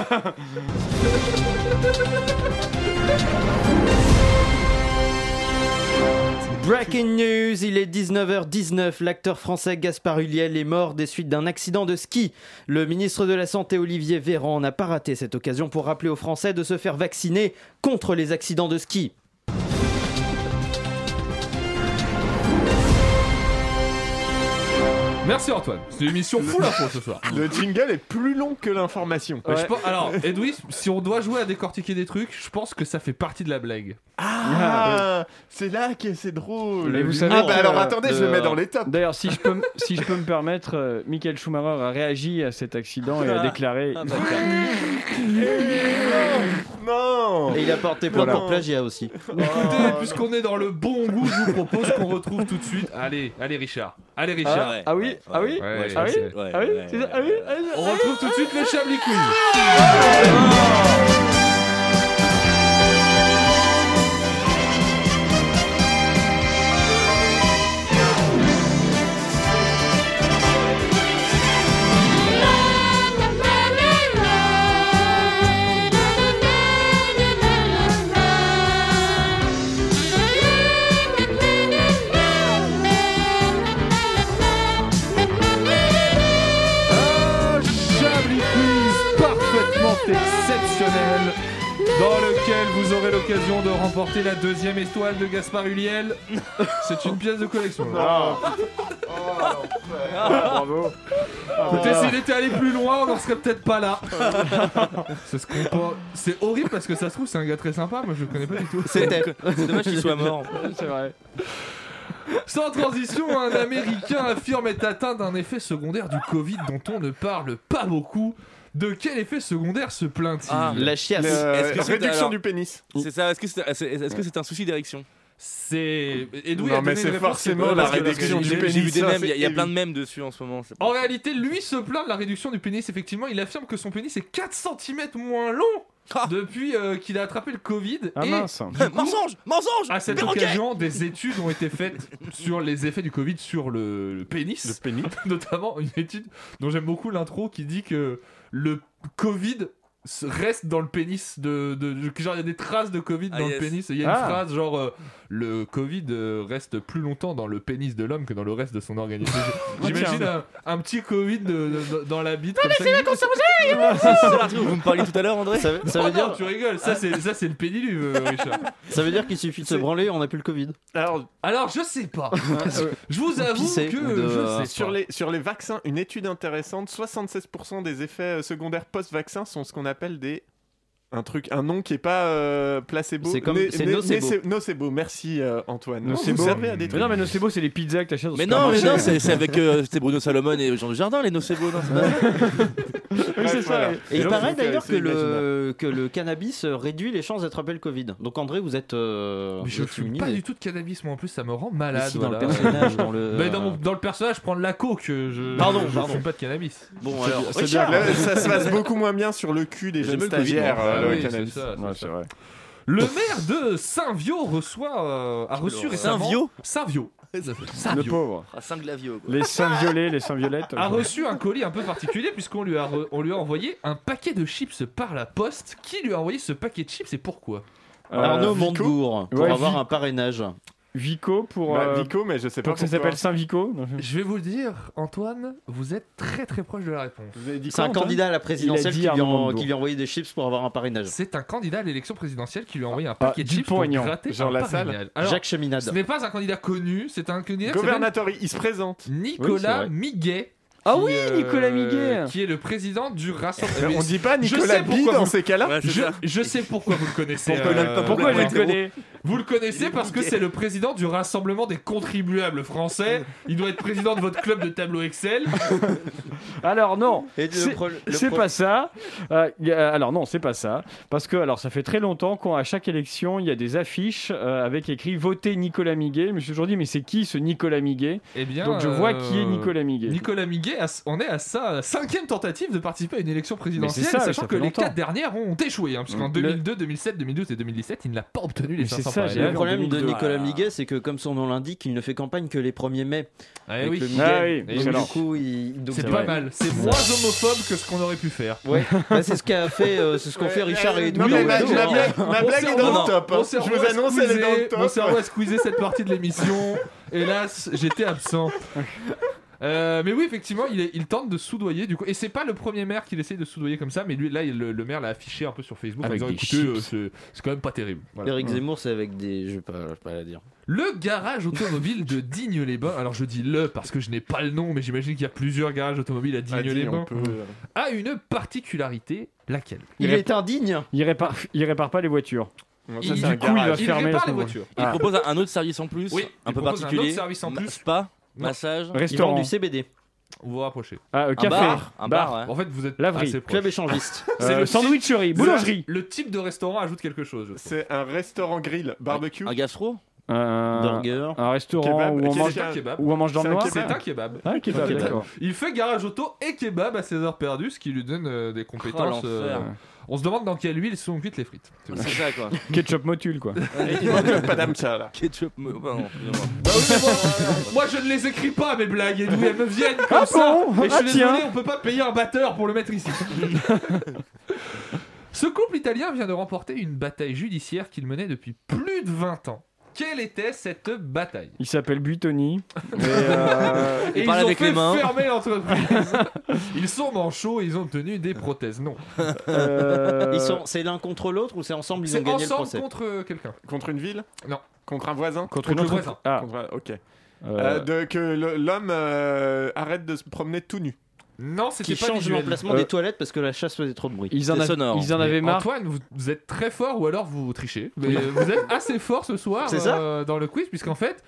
E: Breaking news, il est 19h19. L'acteur français Gaspard Huliel est mort des suites d'un accident de ski. Le ministre de la Santé Olivier Véran n'a pas raté cette occasion pour rappeler aux Français de se faire vacciner contre les accidents de ski.
B: Merci Antoine. C'est
A: [laughs]
B: une émission
C: Le-
B: full info ce soir.
C: Le jingle est plus long que l'information.
B: Mais je pense- alors, Edoui, si on doit jouer à décortiquer des trucs, je pense que ça fait partie de la blague.
C: Ah, c'est là que c'est drôle.
A: Mais vous savez
C: ah bah
A: que,
C: alors
A: euh,
C: attendez, je le
A: de-
C: mets dans les tops.
A: D'ailleurs, si je peux, m- si je peux me permettre, euh, Michael Schumacher a réagi à cet accident et a
C: Ah.
A: déclaré.
C: Non
E: Et il a porté plainte
A: Voilà.
E: pour plagiat aussi.
A: Ah.
B: Écoutez, puisqu'on est dans le bon goût, je vous propose qu'on retrouve tout de suite. Allez, allez Richard. Allez Richard.
A: Ah, ah oui, ah oui,
B: Ouais,
A: ah oui,
B: ouais, ouais,
A: ah oui,
B: ouais,
A: c'est ça, ah oui, ah oui,
B: On
A: ah oui.
B: retrouve tout de suite le Chablis Quiz. Chablis Ah, Quiz parfaitement exceptionnel dans lequel vous aurez l'occasion de remporter la deuxième étoile de Gaspard Huliel. C'est une pièce de collection. Ah,
A: Bravo.
B: Écoutez, s'il était allé plus loin, on n'en serait peut-être pas là. C'est ce qu'on pense. C'est horrible parce que ça se trouve, c'est un gars très sympa, moi je le connais pas du tout.
D: C'était. C'est dommage qu'il soit mort.
A: C'est vrai.
B: Sans transition, un Américain affirme être atteint d'un effet secondaire du Covid dont on ne parle pas beaucoup. De quel effet secondaire se plaint-il
D: Ah, la chiasse. Le- Est-ce que c'est- réduction alors- du
C: pénis.
D: C'est ça, est-ce que c'est est-ce- est-ce que c'est un souci d'érection
B: C'est. Edoui
C: Non,
B: a
C: mais
B: donné une
C: c'est
B: réponse
C: forcément
B: qui est bonne,
C: la
B: parce que-
C: réduction
B: parce que
C: du
B: j'ai- j'ai vu
C: pénis,
B: des
C: ça,
B: mèmes,
D: Il y a- il y a plein de mèmes dessus en ce moment. c'est pas-
B: En réalité, lui se plaint de la réduction du pénis. Effectivement, il affirme que son pénis est 4 cm moins
C: Ah.
B: long depuis euh, qu'il a attrapé le Covid.
A: Ah,
B: et
A: mince.
B: du coup,
D: Mensonge Mensonge
B: À cette
D: Perroquet
B: occasion, des études ont été faites sur les effets du Covid sur le, le pénis.
C: Le pénis.
B: [laughs] Notamment une étude dont j'aime beaucoup l'intro qui dit que le Covid se- reste dans le pénis de, de- de- genre il y a des traces de Covid
D: Ah,
B: dans
D: yes.
B: le pénis il y a une
D: Ah.
B: phrase genre euh, le Covid euh, reste plus longtemps dans le pénis de l'homme que dans le reste de son [laughs] organisme j'imagine un, un petit Covid de- de- de- dans la bite comme ça.
D: C'est ça l'article dont vous me parliez tout à l'heure, André
E: Ça, ça
B: Oh
E: veut
B: non,
E: dire,
B: tu rigoles ça c'est ça c'est le pédiluve euh, Richard
E: ça veut dire qu'il suffit de se branler, on n'a plus le Covid.
C: Alors,
B: alors je sais [laughs] pas je vous
E: Ou
B: avoue
E: pisser,
B: que
E: ou de-
B: je sais
C: Sur
B: pas.
C: les, sur les vaccins, une étude intéressante, 76% des effets euh, secondaires post-vaccin sont ce qu'on appelle des... Un truc, un nom qui est pas euh, placebo.
A: C'est comme-
C: Né-
A: c'est
C: né-
A: nocebo.
C: né- Nocebo, merci euh, Antoine.
A: Nocebo.
C: Vous servez à des
A: Mais
C: trucs.
A: non, mais nocebo, c'est les pizzas que t'achètes. au
D: Mais non, mais
A: supermarché.
D: non, c'est c'est avec [laughs] euh, c'était Bruno Salomon et Jean Dujardin, les nocebo, non c'est pas ça
C: Bref, voilà.
E: Et il
C: Donc,
E: paraît
C: c'est-
E: d'ailleurs que
C: c'est imaginable.
E: le, que le cannabis réduit les chances d'attraper le Covid. Donc André, vous êtes. euh,
B: Mais
E: vous
B: je
E: êtes
B: fume
E: immunisé.
B: pas du tout de cannabis, moi en plus ça me rend malade.
E: Mais si, dans le
B: voilà.
E: personnage, dans le-
B: [laughs] Mais dans, mon- dans le personnage, je prends de la coke. Je,
E: Euh, Pardon,
B: je
E: pardon.
B: fume pas de cannabis.
E: Bon,
C: C'est
E: alors,
C: bien, c'est
E: Richard.
C: bien. Là,
A: [laughs]
C: euh, ça se passe beaucoup moins bien sur le cul des
B: J'ai
C: jeunes
B: même le Covid,
C: stagiaires.
B: moi.
C: euh,
B: Ah
C: le
B: oui, c'est
C: cannabis.
B: ça, c'est
A: Ouais,
B: ça.
A: c'est vrai.
B: Le maire de Saint-Vio reçoit, euh, a
D: Saint-Vio
B: reçu récemment. Saint-Vio
A: Le
B: Saint-Vio.
A: pauvre.
D: Ah, Singlavio, quoi.
A: Les seins violets, les seins violettes. Euh,
B: a reçu un colis un peu particulier puisqu'on lui, a re- on lui a envoyé un paquet de chips par la poste. Qui lui a envoyé ce paquet de chips et pourquoi
E: Arnaud
A: Vico.
E: Montebourg pour
A: Euh, Ouais,
E: avoir
A: Vi-
E: un parrainage.
A: Vico pour.
C: Bah,
A: euh,
C: Vico, mais je sais pas.
A: pour que ça
C: pourquoi.
A: s'appelle Saint Vico. Non, je-
B: Je vais vous le dire, Antoine, vous êtes très très proche de la réponse.
C: Vous avez dit
E: C'est
C: quoi,
A: hein
E: un
C: Antoine
E: candidat à la présidentielle
A: dit
E: qui lui,
A: Arnaud
E: en-
A: Montebourg.
E: qui lui a envoyé des chips pour avoir un parrainage.
B: C'est un candidat à l'élection présidentielle qui lui a envoyé un paquet de
A: du
B: chips pour
A: poignant.
B: gratter
C: Jean
B: un
C: Lassalle.
B: parrainage. Alors,
E: Jacques
B: ce
E: Cheminade.
B: n'est pas un candidat connu, c'est un candidat qui s'appelle
C: Gouvernatori, il se présente.
E: Oui, c'est
B: Nicolas
E: vrai.
B: Miguet.
A: Ah
B: qui,
A: oui,
B: euh,
A: Nicolas Miguet.
B: Qui est le président du
C: Mais
B: Rassemblement.
C: Eh ben, on dit pas
B: Je
C: Nicolas
B: sais
C: Bi
B: pourquoi
C: dans
B: vous-
C: ces cas-là.
D: Ouais, c'est
B: Je,
D: ça.
B: je sais pourquoi vous le connaissez.
D: Pourquoi
B: euh,
D: le- pourquoi
A: Pourquoi je
D: Ouais,
A: le connais
B: vous le
D: Il
B: connaissez
D: est
B: parce que
D: Miguet.
B: c'est le président du Rassemblement des contribuables français. Il doit être président de votre club de tableau Excel.
A: Alors non,
E: Et le
A: c'est
E: pro- le
A: c'est
E: pro-
A: pas ça. Euh, y a- alors non, c'est pas ça. Parce que alors ça fait très longtemps qu'à chaque élection, il y a des affiches euh, avec écrit Votez Nicolas Miguet. Je me suis toujours dit, mais c'est qui ce Nicolas Miguet
B: Eh bien,
A: Donc je vois
B: euh,
A: qui est Nicolas Miguet.
B: Nicolas Miguet, à- on est à sa cinquième tentative de participer à une élection présidentielle,
A: Mais c'est ça,
B: sachant
A: ça
B: que
A: fait
B: les
A: longtemps.
B: quatre dernières ont échoué, hein, puisqu'en
A: Le-
B: 2002, 2007, 2012 et 2017, il n'a pas obtenu les
A: Mais c'est
B: 500
A: ça,
B: parrainages.
A: j'ai
E: Le problème de
A: 2002.
E: Nicolas Miguet, c'est que comme son nom l'indique, il ne fait campagne que les 1er mai.
B: Ah
E: Avec
B: oui.
E: le
A: Ah
E: Miguel.
A: oui,
E: Donc,
A: excellent.
E: du coup, il... donc,
B: C'est
E: il-
B: pas mal, c'est moins homophobe que ce qu'on aurait pu faire.
E: Ouais. Bah, c'est ce qu'a fait, euh, c'est ce
B: [laughs]
E: qu'ont fait Richard et
C: Non,
E: Edoui.
C: mais
B: bah,
E: dans
C: ma,
E: le dos,
C: ma
E: hein.
C: blague, ma
B: Mon
C: blague est
B: cerveau-
C: dans le top. hein.
B: mon
C: Je
B: cerveau
C: vous
B: a
C: annonce, elle est dans
B: squeezé-
C: le
B: Mon
C: top. [laughs]
B: cerveau a squeezé cette partie de l'émission. Hélas, j'étais absent. Euh, mais oui, effectivement, il, est- il tente de soudoyer du coup. Et c'est pas le premier maire qu'il essaye de soudoyer comme ça, mais lui, là, il- le, le maire l'a affiché un peu sur Facebook
E: Avec
B: en
E: des
B: disant écoutez, euh,
E: chips.
B: c'est c'est quand même pas terrible. Voilà.
E: Eric
B: Ouais.
E: Zemmour, c'est avec des. Je vais pas, je vais pas la dire.
B: Le garage automobile de Digne-les-Bains, alors je dis le parce que je n'ai pas le nom, mais j'imagine qu'il y a plusieurs garages automobiles à Digne-les-Bains,
C: Digne, on peut, euh.
B: a une particularité, laquelle
A: Il est
E: indigne.
A: Il répare, il répare pas les voitures.
B: Il-
A: du
B: du coup, il va fermer la
A: répare
B: semaine
A: les
B: prochaine.
A: voitures.
D: Il propose un autre service en plus,
B: Oui,
D: un
B: il
D: peu
B: propose un autre
D: particulier.
B: service en
D: ma-
B: plus.
D: Spa,
B: Non.
D: massage,
B: Restaurant.
D: Il vend du
E: CBD.
B: Vous vous rapprochez.
A: Ah, euh,
D: Un
A: café,
D: bar, un bar, ouais.
B: En fait, vous êtes
A: Laverie,
B: assez Ah, proche.
A: club
B: [laughs]
A: échangiste.
B: C'est
A: Euh,
B: le
A: sandwicherie,
B: type-
A: boulangerie.
B: Le, le type de restaurant ajoute quelque chose. je trouve.
C: C'est un restaurant grill, barbecue. [laughs]
D: un gastro
B: Euh,
A: Un-
D: Burger.
A: Euh, Un restaurant
C: Kebab.
A: où on
C: C'est
A: mange,
C: un kebab.
A: où on mange dans
B: C'est
A: le
B: un
A: noir.
B: kebab. C'est un kebab.
A: Ah, un kebab,
B: Un kebab.
A: d'accord.
B: Il fait garage auto et kebab à ses heures perdues, ce qui lui donne euh, des compétences.
D: Oh,
B: euh,
D: l'enfer.
B: on se demande dans quelle huile sont cuites les frites.
D: C'est ça, quoi.
A: Ketchup motul, quoi.
B: Il manque le
C: padamcha là.
D: [laughs] Ketchup, me- pardon, excusez-moi.
B: Bah oui, mais moi, moi, je ne les écris pas mes blagues et d'où elles me viennent comme
A: Ah
B: ça.
A: bon
B: Mais je suis
A: Ah, tiens.
B: désolé, on peut pas payer un batteur pour le mettre ici. Ce couple italien vient de remporter une bataille judiciaire qu'il menait depuis plus de 20 ans. Quelle était cette bataille
A: Il s'appelle Buitoni. Et,
B: [laughs]
A: euh,
B: Et ils ont fait fermer l'entreprise. ils sont manchots et ils ont obtenu des prothèses. Non.
E: Ils
A: euh,
E: sont, c'est l'un contre l'autre ou c'est ensemble ils ont
B: euh, C'est
E: gagné le
B: ensemble
E: procès
B: contre euh, quelqu'un.
C: Contre une ville
B: Non.
C: Contre un voisin
A: Contre une
C: le
A: autre-
C: voisin.
A: Ah.
C: Contre un- Ok.
A: Euh,
C: Euh, de- que le- l'homme euh, arrête de se promener tout nu.
B: Non,
E: Qui change l'emplacement
B: Euh,
E: des toilettes parce que la chasse faisait trop de bruit.
A: Ils en, avaient- ils en avaient marre.
B: Antoine, vous, vous êtes très fort ou alors vous trichez. Mais euh, vous êtes assez fort ce soir
E: C'est ça
B: euh, dans le quiz, puisqu'en fait,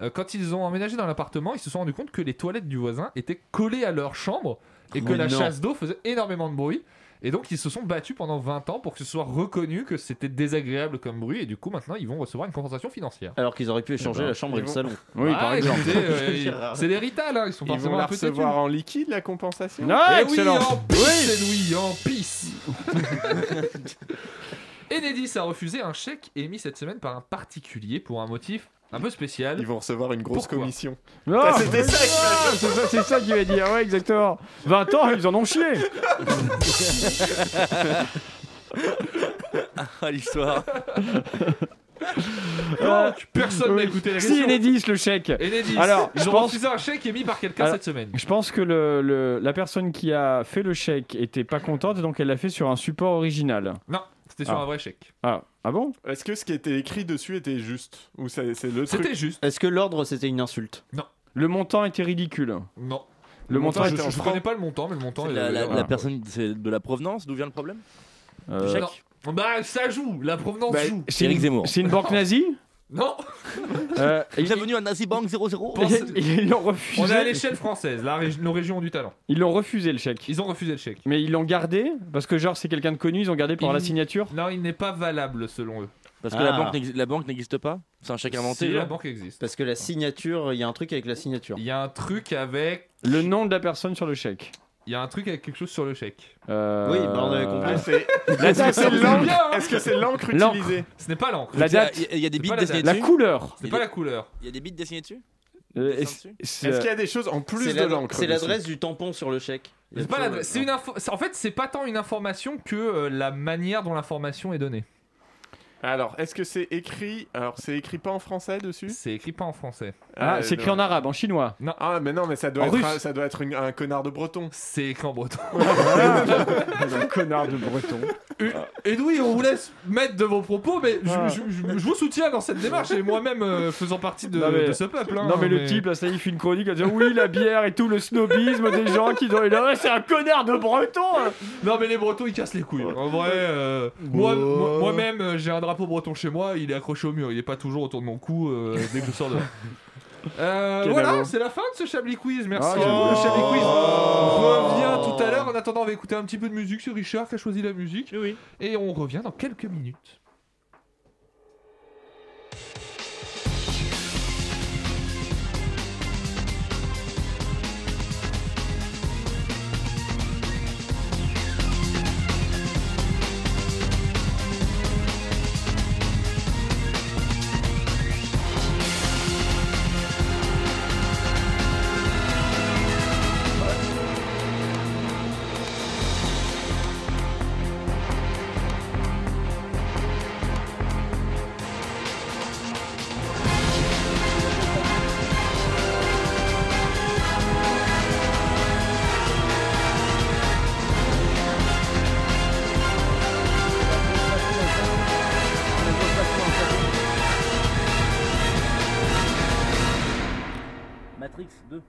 B: euh, quand ils ont emménagé dans l'appartement, ils se sont rendus compte que les toilettes du voisin étaient collées à leur chambre et que
E: Mais
B: la
E: non.
B: chasse d'eau faisait énormément de bruit. Et donc ils se sont battus pendant 20 ans pour que ce soit reconnu que c'était désagréable comme bruit et du coup maintenant ils vont recevoir une compensation financière.
E: Alors qu'ils auraient pu échanger
B: Eh ben,
E: la chambre et
B: ils
E: le
B: vont-
E: salon.
A: Oui, par exemple.
B: écoutez, euh, ils-
E: [laughs]
B: c'est des rital, ils sont
C: Ils
B: forcément
C: vont la
B: un peu têtus.
C: recevoir en liquide la compensation
B: Eh
A: Ah, excellent.
B: oui, en pisse, Louis, en pisse. [laughs] Enedis a refusé un chèque émis cette semaine par un particulier pour un motif un peu spécial.
C: Ils vont recevoir une grosse
B: Pourquoi
C: commission.
A: Non,
C: Ah, c'était ça,
A: non, c'est ça, c'est ça qu'il va dire, ouais, exactement. 20 ans, ils en ont chié.
D: [laughs] Ah, l'histoire.
A: Oh,
B: Donc, personne n'a écouté la
A: Si,
B: question.
A: Enedis, le chèque.
B: Enedis,
A: Alors,
B: ils
A: je
B: ont
A: pense-
B: refusé un chèque émis par quelqu'un
A: Alors,
B: cette semaine.
A: Je pense que le, le- la personne qui a fait le chèque était pas contente, donc elle l'a fait sur un support original.
B: Non, c'était sur
A: Ah.
B: un vrai chèque.
A: Ah, ah bon
C: Est-ce que ce qui était écrit dessus était juste Ou ça- c'est le truc
B: C'était juste.
E: Est-ce que l'ordre c'était une insulte
B: Non.
A: Le montant était ridicule.
B: Non.
A: Le, montant,
B: je,
A: était en
B: je
A: francs.
B: connais pas le montant, mais le montant. est-
D: La, la-
B: voilà.
D: la personne, c'est de la provenance, d'où vient le problème
A: Euh,
D: Du chèque
B: Non. Bah, ça joue. La provenance
A: Bah,
B: joue.
A: c'est
D: Éric
A: une-
D: Zemmour.
A: C'est une banque nazie
B: Non.
A: Euh, et-
D: Bienvenue à Nazi Bank 00.
B: Pense-
A: et- [laughs] Ils l'ont refusé.
B: On est à l'échelle française, la régi- nos régions ont du talent.
A: Ils l'ont refusé le chèque.
B: Ils ont refusé le chèque.
A: Mais ils l'ont gardé parce que genre c'est quelqu'un de connu, ils ont gardé pour
B: Il-
A: la signature.
B: Non, il n'est pas valable selon eux.
D: Parce que la
E: Ah.
D: banque n'exi- la banque n'existe pas C'est un chèque inventé
B: Si, hein. la
D: genre
B: banque existe.
E: Parce que la signature, il y a un truc avec la signature.
B: Il y a un truc avec.
A: Le nom de la personne sur le chèque.
B: Il y a un truc avec quelque chose sur le chèque.
A: Euh,
E: Oui, bah, on avait compris.
C: Ah, c'est-
A: La
C: Est-ce que
A: date,
C: c'est l'encre
B: bien, hein.
C: Est-ce que c'est l'encre
A: L'encre.
C: utilisée
B: Ce n'est pas l'encre.
A: la
D: Il y a-
A: date,
D: Il y, a des
B: C'est
D: bits
B: pas la
D: dessinés
A: la
D: dessus.
A: couleur.
B: Ce n'est
D: Il
B: pas
D: est-
B: la couleur.
D: Il y a des bits dessinés dessus
A: Euh,
D: dessin
A: est-ce-
D: dessus.
A: c'est-
C: Est-ce qu'il y a des choses en plus
E: C'est
C: de
E: la-
C: l'encre
E: C'est
C: dessus
E: l'adresse du tampon sur le chèque. Il y a
B: C'est pas
E: toujours-
B: la- c'est une info- c'est- En fait, c'est pas tant une information que euh, la manière dont l'information est donnée.
C: Alors, est-ce que c'est écrit Alors, c'est écrit pas en français dessus
B: C'est écrit pas en français.
A: Ah,
C: Euh,
A: c'est écrit
C: non.
A: en arabe, en chinois.
C: Ah, mais non, mais ça doit
A: En
C: être,
A: russe.
C: un, ça doit être une- un connard de breton.
B: C'est écrit en breton.
A: Un connard de breton.
B: [laughs] Et oui, on vous laisse mettre de vos propos, mais je,
A: Ah.
B: je- je- je vous soutiens dans cette démarche et moi-même euh, faisant partie de,
A: Non, mais-
B: de ce peuple. hein,
A: Non mais le type là, ça y est, il fait une chronique en disant oui la bière et tout le snobisme des gens qui disent là c'est un connard de breton. hein.
B: Non mais les Bretons ils cassent les couilles. En vrai, euh, moi- moi- moi-même euh, j'ai un drapeau breton chez moi, il est accroché au mur, il est pas toujours autour de mon cou euh, dès que je sors de. Euh,
A: Quel
B: voilà,
A: ballon.
B: c'est la fin de ce Chablis Quiz. Merci.
A: Ah,
B: le
A: j'avoue.
B: Chablis Quiz
C: Oh.
B: revient tout à l'heure. En attendant, on va écouter un petit peu de musique. C'est Richard qui a choisi la musique.
E: Oui.
B: Et on revient dans quelques minutes.
K: Thank
N: Matrix 2.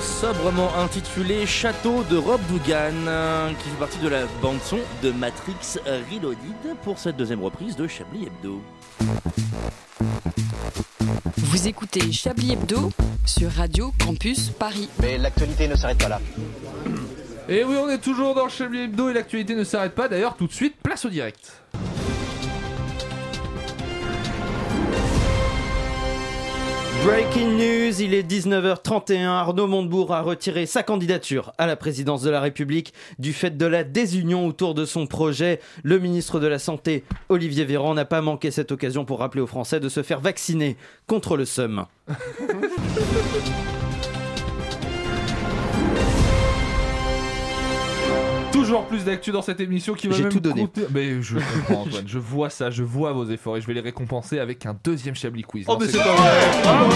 D: Sobrement intitulé Château de Rob Dugan, euh, qui fait partie de la bande-son de Matrix Reloaded pour cette deuxième reprise de Chablis Hebdo.
I: Vous écoutez Chablis Hebdo sur Radio Campus Paris.
G: Mais l'actualité ne s'arrête pas là.
B: Et oui, on est toujours dans Chablis Hebdo et l'actualité ne s'arrête pas. D'ailleurs, tout de suite, place au direct.
E: Breaking news, il est 19h31. Arnaud Montebourg a retiré sa candidature à la présidence de la République du fait de la désunion autour de son projet. Le ministre de la Santé, Olivier Véran, n'a pas manqué cette occasion pour rappeler aux Français de se faire vacciner contre le SEUM.
B: Toujours plus d'actu dans cette émission qui va
E: J'ai
B: même
E: tout donné.
B: coûter- Mais je comprends, Antoine. je vois ça, je vois vos efforts et je vais les récompenser avec un deuxième Chablis Quiz.
K: Oh,
B: Non,
K: mais c'est
B: pas
K: pas vrai.
B: Ah, oui.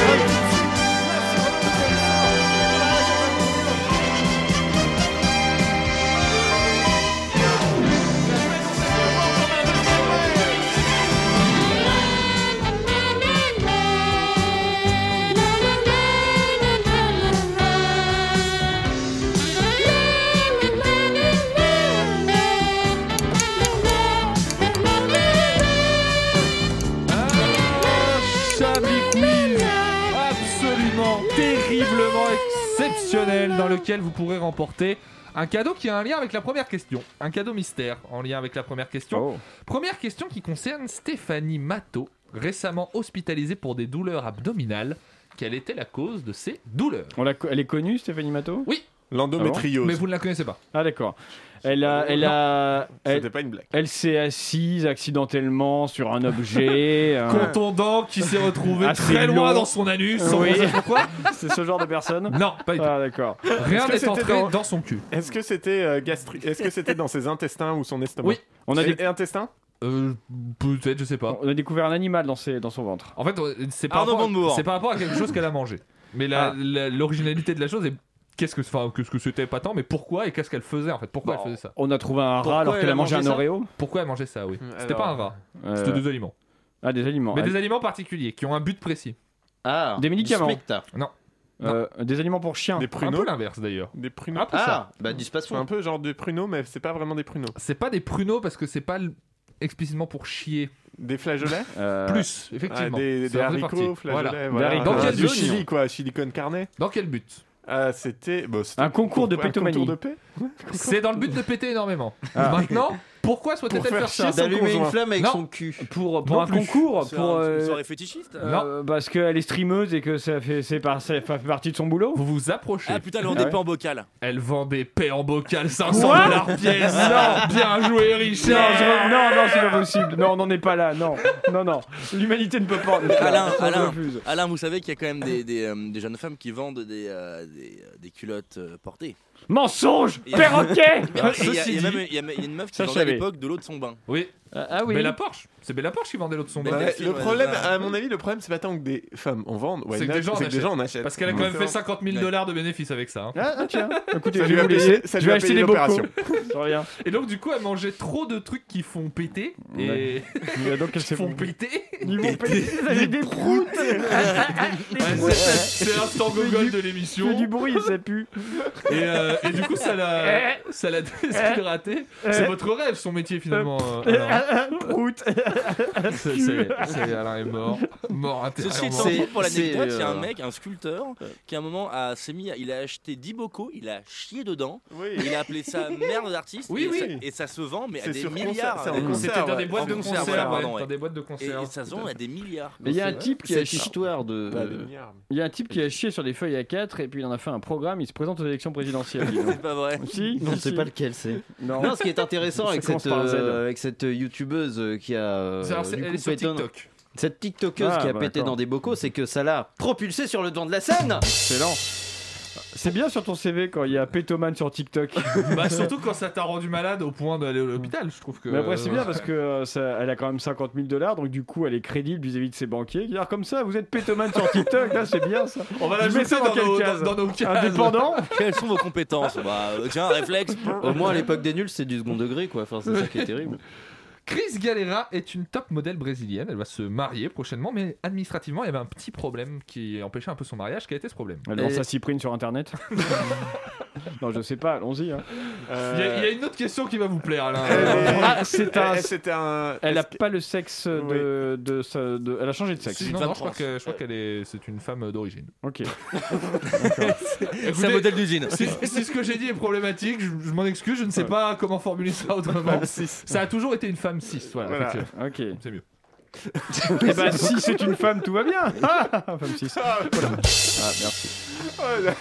B: Chablis Quiz absolument terriblement exceptionnel dans lequel vous pourrez remporter un cadeau qui a un lien avec la première question, un cadeau mystère en lien avec la première
K: Oh.
A: Oh.
B: question. Première question qui concerne Stéphanie Matteau, récemment hospitalisée pour des douleurs abdominales. Quelle était la cause de ces douleurs
A: On l'a co- elle est connue, Stéphanie Matteau
B: Oui.
A: L'endométriose.
B: Mais vous ne la connaissez pas.
A: Ah d'accord. Elle a, elle a, elle,
C: pas une blague.
A: Elle s'est assise accidentellement sur un objet. euh,
B: Contondant qui s'est retrouvé
A: assez
B: très loin
A: long.
B: dans son anus.
A: Oui.
B: on sait pourquoi.
A: [laughs]
B: Euh,
A: C'est ce genre de personne
B: Non, pas du tout.
A: Ah d'accord.
B: Rien
C: Est-ce que
B: n'est
C: c'était
B: entré dans son cul.
C: Est-ce que c'était euh, gastri- Est-ce que c'était dans ses intestins ou son estomac
B: Oui.
A: On a
C: Et-
A: des-
C: et intestins
B: Euh, Peut-être, je sais pas.
A: On a découvert un animal dans, ses- dans son ventre.
B: En fait, on- c'est par,
A: Arnaud
B: rapport-
A: Montebourg.
B: c'est par rapport à quelque chose qu'elle a mangé. Mais la-
A: Ah.
B: la- l'originalité de la chose est qu'est-ce que enfin, qu'est-ce que c'était pas tant, mais pourquoi et qu'est-ce qu'elle faisait en fait Pourquoi elle faisait ça
A: On a trouvé un
B: Pourquoi
A: rat alors
B: elle
A: qu'elle a mangé un
B: ça
A: Oreo.
B: Pourquoi elle mangeait ça Oui. C'était
A: alors,
B: pas un rat.
A: euh,
B: C'était des aliments.
A: Ah des aliments.
B: Mais
A: Ah,
B: des aliments particuliers qui ont un but précis.
D: Ah.
A: Des médicaments.
B: Non.
A: Euh, des aliments pour chiens.
C: Des
B: Un
C: pruneaux
B: peu l'inverse d'ailleurs.
C: Des pruneaux
B: Un peu Ah, ça.
D: bah, du
C: C'est un peu genre des pruneaux, mais c'est pas vraiment des pruneaux.
B: C'est pas des pruneaux parce que c'est pas l- explicitement pour chier.
C: Des flageolets
A: Euh,
B: Plus, effectivement.
C: Ah, des,
B: Ça
C: des
B: en fait
C: haricots,
B: partie. Voilà.
C: flageolets,
B: Des
C: voilà.
B: haricots. Dans
C: Ah,
B: quelle
C: du
B: zone
C: chili, quoi, chili con carne
B: Dans quel but
C: Ah, c'était bah, c'était
A: Un concours de
C: un
A: pétomanie.
C: concours de paix
B: C'est dans le but de péter énormément.
A: Ah.
B: Maintenant, pourquoi souhaitait-elle
C: Pour
B: faire,
C: faire
B: ça
C: chier son D'allumer une conjoint. flamme avec
B: Non.
C: son
D: cul.
A: Pour, pour
B: Non
A: un
B: plus.
A: concours
D: C'est
A: pour,
D: un-
A: euh,
D: une soirée fétichiste
A: euh, Parce qu'elle est streameuse et que ça fait, c'est par, ça fait partie de son boulot.
B: Vous vous approchez.
D: Ah putain, elle en dépend en bocal.
B: Elle vend des paix en bocal 500
A: Quoi
B: dollars pièce.
A: Non.
B: bien joué
A: Non,
B: Richard.
A: je- non, non, c'est pas possible. Non, on n'en est pas là. Non, non, non. L'humanité ne peut pas.
D: Mais Alain,
A: On
D: Alain,
A: refuse.
D: Alain, vous savez qu'il y a quand même des, des, euh, des jeunes femmes qui vendent des, euh, des, euh, des culottes euh, portées.
A: Mensonge
D: Et-
A: Perroquet
D: Et Il y a- il y a même- il y a même- il y a une meuf qui
A: Ça, je
D: vendait à
A: savais.
D: l'époque de l'eau de son bain.
B: Oui.
A: ah oui.
B: Bella Porsche. C'est Bella Porsche qui vendait l'autre son
C: Bah,
B: bain.
C: le problème, à mon avis, le problème, c'est pas tant que des femmes en vendent, ouais,
B: c'est que des gens, en
C: c'est que des gens en achètent.
B: Parce qu'elle a quand même fait
C: Exactement.
B: 50 000 dollars de bénéfices avec ça. hein.
A: Ah, ah, tiens. Écoutez,
C: Ça
A: je
C: lui
A: vais
C: a
A: vous
C: payé-
A: laisser.
C: ça
A: je
C: lui
A: vais
C: a
A: acheter
C: payé
A: des [laughs] bocaux.
C: l'opération.
A: Rien.
B: Et donc, du coup, elle mangeait trop de trucs qui font péter. Et
A: Et donc, elle s'est
B: qui [laughs] font péter.
A: Ils vont payer. Vous avez des proutes
B: Ouais, c'est c'est l'instant gogol de l'émission.
A: Fait du bruit, ça [laughs] pue.
B: Et, [laughs]
A: eh,
B: euh, et du coup, ça l'a, ça l'a déshydraté. C'est votre rêve, son métier finalement. euh, alors.
A: [laughs] Prout.
B: Ça y est, ça y est, Alain est mort. Mort
D: Ceci
B: intérieurement.
D: étant dit, pour l'anecdote, il y
B: euh,
D: a un mec, un sculpteur, qui à un moment a s'est mis, il a acheté 10 bocaux, il a chié
B: [laughs]
D: dedans,
C: euh, Oui.
D: il a appelé ça merde d'artiste,
B: Oui,
D: et,
B: oui.
D: ça- et ça se vend mais à
B: C'est
D: des
B: sur concert,
D: milliards.
B: c'est en concert, C'était dans des ouais. boîtes
D: En
B: de
D: euh, concert,
B: concert,
D: voilà,
B: ouais,
D: pardon,
B: dans des boîtes de
D: Et-
B: concert.
D: Et, ça se vend à des
B: [laughs]
D: milliards.
A: Mais il y a un type qui a
D: C'est
A: cette
D: chiant.
A: histoire de.
C: Bah,
D: Pas des
C: Euh,
D: milliards,
A: Il y a un type qui a chié sur des feuilles à 4 et puis il en a fait un programme. Il se présente aux élections présidentielles. dis donc.
D: C'est pas vrai.
A: [laughs] Si,
E: Non,
A: si,
E: c'est
A: si.
E: pas lequel c'est.
A: Non.
E: ce qui est intéressant
A: Ça
E: avec
A: commence
E: cette,
A: par un Z.
E: euh, avec cette youtubeuse euh, qui a. euh,
B: Alors, c'est-
E: du
B: elle
E: coup
B: est sur
E: pété dans-
B: TikTok.
E: Cette TikTokeuse
A: Ah,
E: qui a
A: bah,
E: pété
A: d'accord.
E: dans des bocaux, c'est que ça l'a propulsée sur le devant de la scène
A: Excellent. C'est bien sur ton CV quand il y a Pétoman sur [laughs] TikTok.
B: [laughs] Bah, surtout quand ça t'a rendu malade au point d'aller à l'hôpital, je trouve que.
A: Mais après, c'est bien parce que euh, ça- elle a quand même 50 000 dollars, donc du coup, elle est crédible vis-à-vis de ses banquiers. Qui disent comme ça, vous êtes pétomane sur TikTok, là, c'est bien ça.
B: On va
A: Je
B: l'ajouter
A: mets ça
B: dans
A: quelle
B: nos-
A: case
B: dans- dans nos cases.
A: Ah, Indépendant
D: [laughs] Quelles sont vos compétences Bah, euh, tiens,
B: [laughs]
D: réflexe.
E: Au
D: [laughs]
E: moins à l'époque des nuls, c'est du second degré quoi. Enfin, c'est ça qui est terrible.
B: Chris Galera est une top modèle brésilienne. Elle va se marier prochainement, mais administrativement, il y avait un petit problème qui empêchait un peu son mariage. Quel était ce problème
A: Elle lance à Cyprine sur [laughs] internet. non, je sais pas, allons-y. hein.
C: euh,
B: Il y, a, il y a une autre question qui va vous plaire, Alain.
A: Ah, c'est un-
C: Eh, c'était un-
A: Elle a pas le sexe de, de, sa- de- Elle a changé de sexe.
B: Si, non, non, je crois que- je crois qu'elle est. C'est une femme d'origine.
A: Ok.
B: Écoutez,
D: un modèle d'usine.
B: [laughs] Si, si ce que j'ai dit est problématique, je, je m'en excuse, je ne sais pas comment formuler ça autrement. Ça a toujours été une femme 6, voilà.
A: Voilà.
B: effectivement.
A: Ok.
B: C'est mieux.
A: Eh ben, si c'est une femme, tout va bien. [laughs] Ah, femme six. Voilà. Ah, merci.
C: Oh là,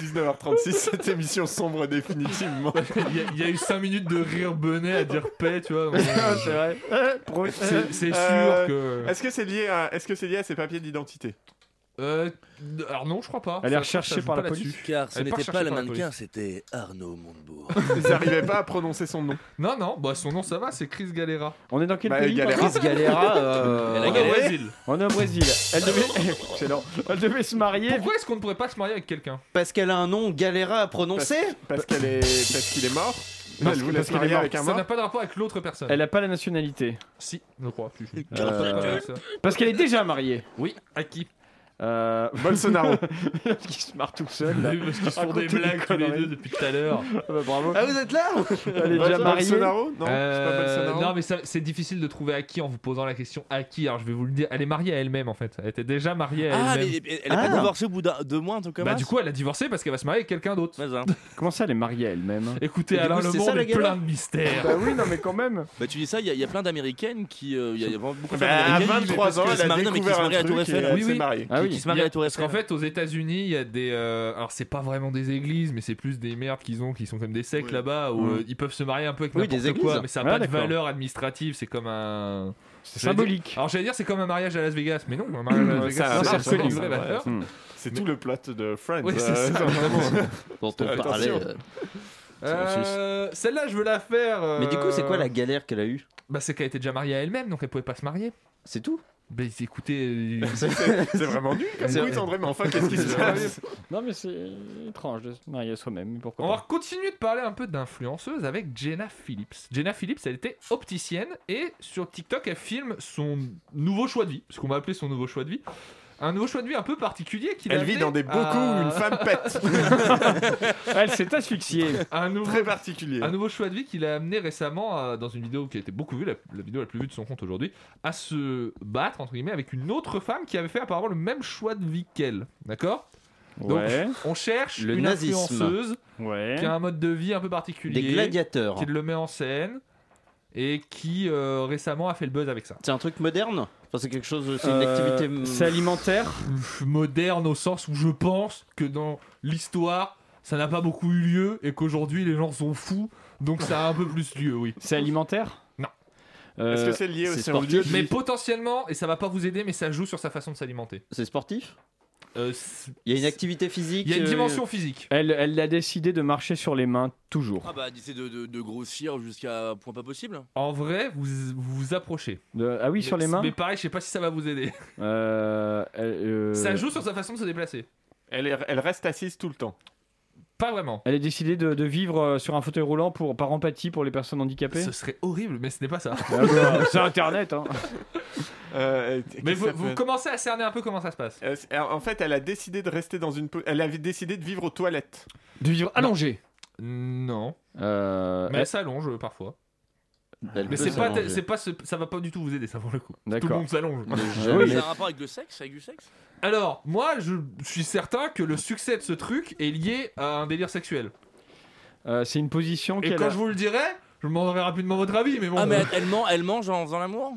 C: 19h36, cette émission sombre définitivement.
B: Il y, a- il y a eu 5 minutes de rire bonnet à dire paix, tu vois.
A: Ah,
B: euh,
A: c'est [laughs] vrai. Eh,
B: C'est- c'est sûr
A: Euh,
B: que-
C: Est-ce que c'est lié à est-ce que c'est lié à ses papiers d'identité
B: Euh, alors non, je crois pas.
A: Elle est
B: Ça-
A: recherchée
B: ça joue
A: par la
B: pas là-dessus.
A: police.
D: Car ce
B: Elle est
D: n'était
B: recherchée
D: pas le
B: par la
D: mannequin,
B: police.
D: c'était Arnaud Montebourg.
C: Ils n'arrivaient pas à prononcer son nom.
B: Non, non, bah son nom ça va, c'est Chris Galera.
A: On est dans quel
C: Bah,
A: pays
C: Galera.
A: pardon
E: Chris Galera, euh,
B: On est au Brésil.
A: On est au Brésil. Elle devait, [laughs] Excellent. Elle devait se marier.
B: Pourquoi est-ce qu'on ne pourrait pas se marier avec quelqu'un
E: [laughs] Parce qu'elle a un nom galéra à prononcer
C: Parce qu'elle est parce qu'il est mort.
A: Non,
C: Elle voulait
A: parce
C: se
A: qu'il est
C: marier
A: mort.
C: avec un
B: Ça
C: mort.
B: n'a pas de rapport avec l'autre personne.
A: Elle a pas la nationalité.
B: Si, je crois. Je- je- je-
A: Euh,
B: ça.
A: Parce qu'elle est déjà mariée.
B: Oui, à qui
A: Euh... [laughs]
C: Bolsonaro.
A: qui se marre tout seul. Là.
B: Oui, Parce qu'ils se font des
A: Raconter des
B: blagues tous les
A: conneries.
B: deux depuis tout à l'heure.
A: Ah bah, bravo.
E: Ah, vous êtes là
A: Elle est déjà mariée.
C: Bolsonaro Non,
B: Euh,
C: c'est pas Bolsonaro.
B: non mais ça- c'est difficile de trouver à qui en vous posant la question à qui alors je vais vous le dire elle est mariée à elle-même en fait elle était déjà mariée à
D: Ah,
B: elle-même
D: mais elle a
E: Ah.
D: pas divorcé au bout d'un- de mois, un truc comme
B: bah
D: ça
B: du coup elle a divorcé parce qu'elle va se marier avec quelqu'un d'autre [laughs]
D: Vas-y, hein.
A: Comment ça, elle est mariée à elle-même hein
B: écoutez
E: Et du
B: Alain
E: coup,
B: le
E: c'est
B: monde
E: ça, la
B: est
E: galère
B: plein de
C: [laughs]
B: mystères
A: Bah oui, non, mais quand même.
D: Bah tu dis ça, il y, a- il y a plein d'américaines qui... euh, Il y a- il y a vraiment beaucoup de femmes
C: Bah, à
D: américaines qui-
C: 23 ans,
D: qui se
C: elle a
D: marient, non, mais qui se
C: découvert un
D: marient à la Tour
C: truc et
D: Eiffel.
C: elle
B: Oui,
C: s'est
B: oui.
C: mariée.
A: Ah
D: Qui-
A: oui.
D: Qui se marient à la Tour
B: parce
D: Eiffel.
B: qu'en fait aux États-Unis il y a des euh, alors c'est pas vraiment des églises mais c'est plus des merdes qu'ils ont qui sont comme des sectes là-bas où
A: Mm.
B: euh, ils peuvent se marier un peu avec
E: Oui, des
B: n'importe quoi
E: églises.
B: mais ça a
A: Ah,
B: pas de
A: d'accord.
B: valeur administrative c'est comme un
A: C'est
B: J'allais dire-
A: symbolique.
B: alors j'allais dire c'est comme un mariage à Las Vegas mais non un mariage à Las
C: Ça
B: Vegas
C: marche,
B: c'est
A: ça
B: une
A: marche.
B: vraie valeur
A: Hmm.
C: C'est tout le plot de Friends.
B: Oui, c'est
C: euh,
B: ça, vraiment.
E: Dont on
C: Attention.
E: parlait. euh.
B: Euh, Celle-là, je veux la faire. euh,
E: Mais du coup, c'est quoi la galère qu'elle a eue
B: Bah, c'est qu'elle était déjà mariée à elle-même, donc elle pouvait pas se marier.
E: C'est tout
B: Bah, écoutez. euh,
C: [laughs] C'est vraiment nul comme
B: C'est
C: quiz,
B: vrai.
C: André, mais enfin, qu'est-ce qui se passe
A: Non, mais c'est étrange de se marier à soi-même. mais Pourquoi
B: On va
A: pas
B: continuer de parler un peu d'influenceuse avec Jenna Phillips. Jenna Phillips, elle était opticienne et sur TikTok, elle filme son nouveau choix de vie, ce qu'on va appeler son nouveau choix de vie. Un nouveau choix de vie un peu particulier qui l'a
C: Elle vit
B: amené
C: dans des
B: à-
C: bocaux où une femme pète.
A: Ah, Elle s'est [laughs] asphyxiée.
B: Un nouveau
C: Très particulier.
B: Un nouveau choix de vie qu'il a amené récemment à- dans une vidéo qui a été beaucoup vue, la, la vidéo la plus vue de son compte aujourd'hui, à se battre entre guillemets avec une autre femme qui avait fait apparemment le même choix de vie qu'elle. D'accord Donc
A: Ouais.
B: on cherche
E: Le
B: une
E: nazisme.
B: influenceuse
A: Ouais.
B: qui a un mode de vie un peu particulier,
E: Des gladiateurs.
B: qui le met en scène et qui euh, récemment a fait le buzz avec ça.
E: C'est un truc moderne Enfin, c'est quelque chose. C'est une
A: Euh,
E: activité. mm,
A: C'est alimentaire.
B: Pff, Moderne au sens où je pense que dans l'histoire ça n'a pas beaucoup eu lieu et qu'aujourd'hui les gens sont fous donc ça a un peu plus lieu, oui.
A: C'est alimentaire
B: Non.
A: Euh,
C: Est-ce que c'est lié
E: c'est
C: aussi au
E: sportif,
C: lieu de
B: Mais
C: vie
B: potentiellement, et ça va pas vous aider, mais ça joue sur sa façon de s'alimenter.
E: C'est sportif
B: Euh,
E: Il y a une activité physique
B: Il y a une
E: euh,
B: dimension physique.
A: Elle, elle a décidé de marcher sur les mains toujours.
D: Ah bah c'est de, de, de grossir jusqu'à un point pas possible.
B: En vrai, vous vous, vous approchez.
A: De- ah oui, sur les mains.
B: Mais pareil, je sais pas si ça va vous aider.
A: Euh, elle, euh,
B: Ça joue sur sa façon de se déplacer.
C: elle, est- elle reste assise tout le temps.
B: Pas vraiment.
A: Elle a décidé de, de vivre euh, sur un fauteuil roulant pour, par empathie pour les personnes handicapées.
B: Ce serait horrible, mais ce n'est pas ça.
A: Ah bah, C'est Internet.
B: [laughs]
A: Hein.
C: Euh, et- [laughs] qu'est-ce
B: mais
C: que
B: vous,
C: ça
B: vous
C: peut-
B: commencez à cerner un peu comment ça se passe.
C: Euh, c'est- en fait, elle a décidé de rester dans une. po- Elle avait décidé de vivre aux toilettes.
A: De vivre Ah allongée.
B: Non.
A: Euh,
B: Mais elle s'allonge euh, parfois.
A: elle-
B: Mais c'est pas, c'est pas, ce- ça va pas du tout vous aider, ça pour le coup. Tout le
A: D'accord.
B: monde s'allonge.
E: Ah
A: Oui,
D: Ça
A: mais-
D: a un rapport avec le sexe, avec du sexe
B: Alors, moi, je suis certain que le succès de ce truc est lié à un délire sexuel.
A: Euh, c'est une position
B: Et
A: qu'elle
B: quand
A: a-
B: je vous le dirai, je m'en vais rapidement votre avis, mais bon.
D: Ah, mais elle- elle, ment- elle mange en faisant l'amour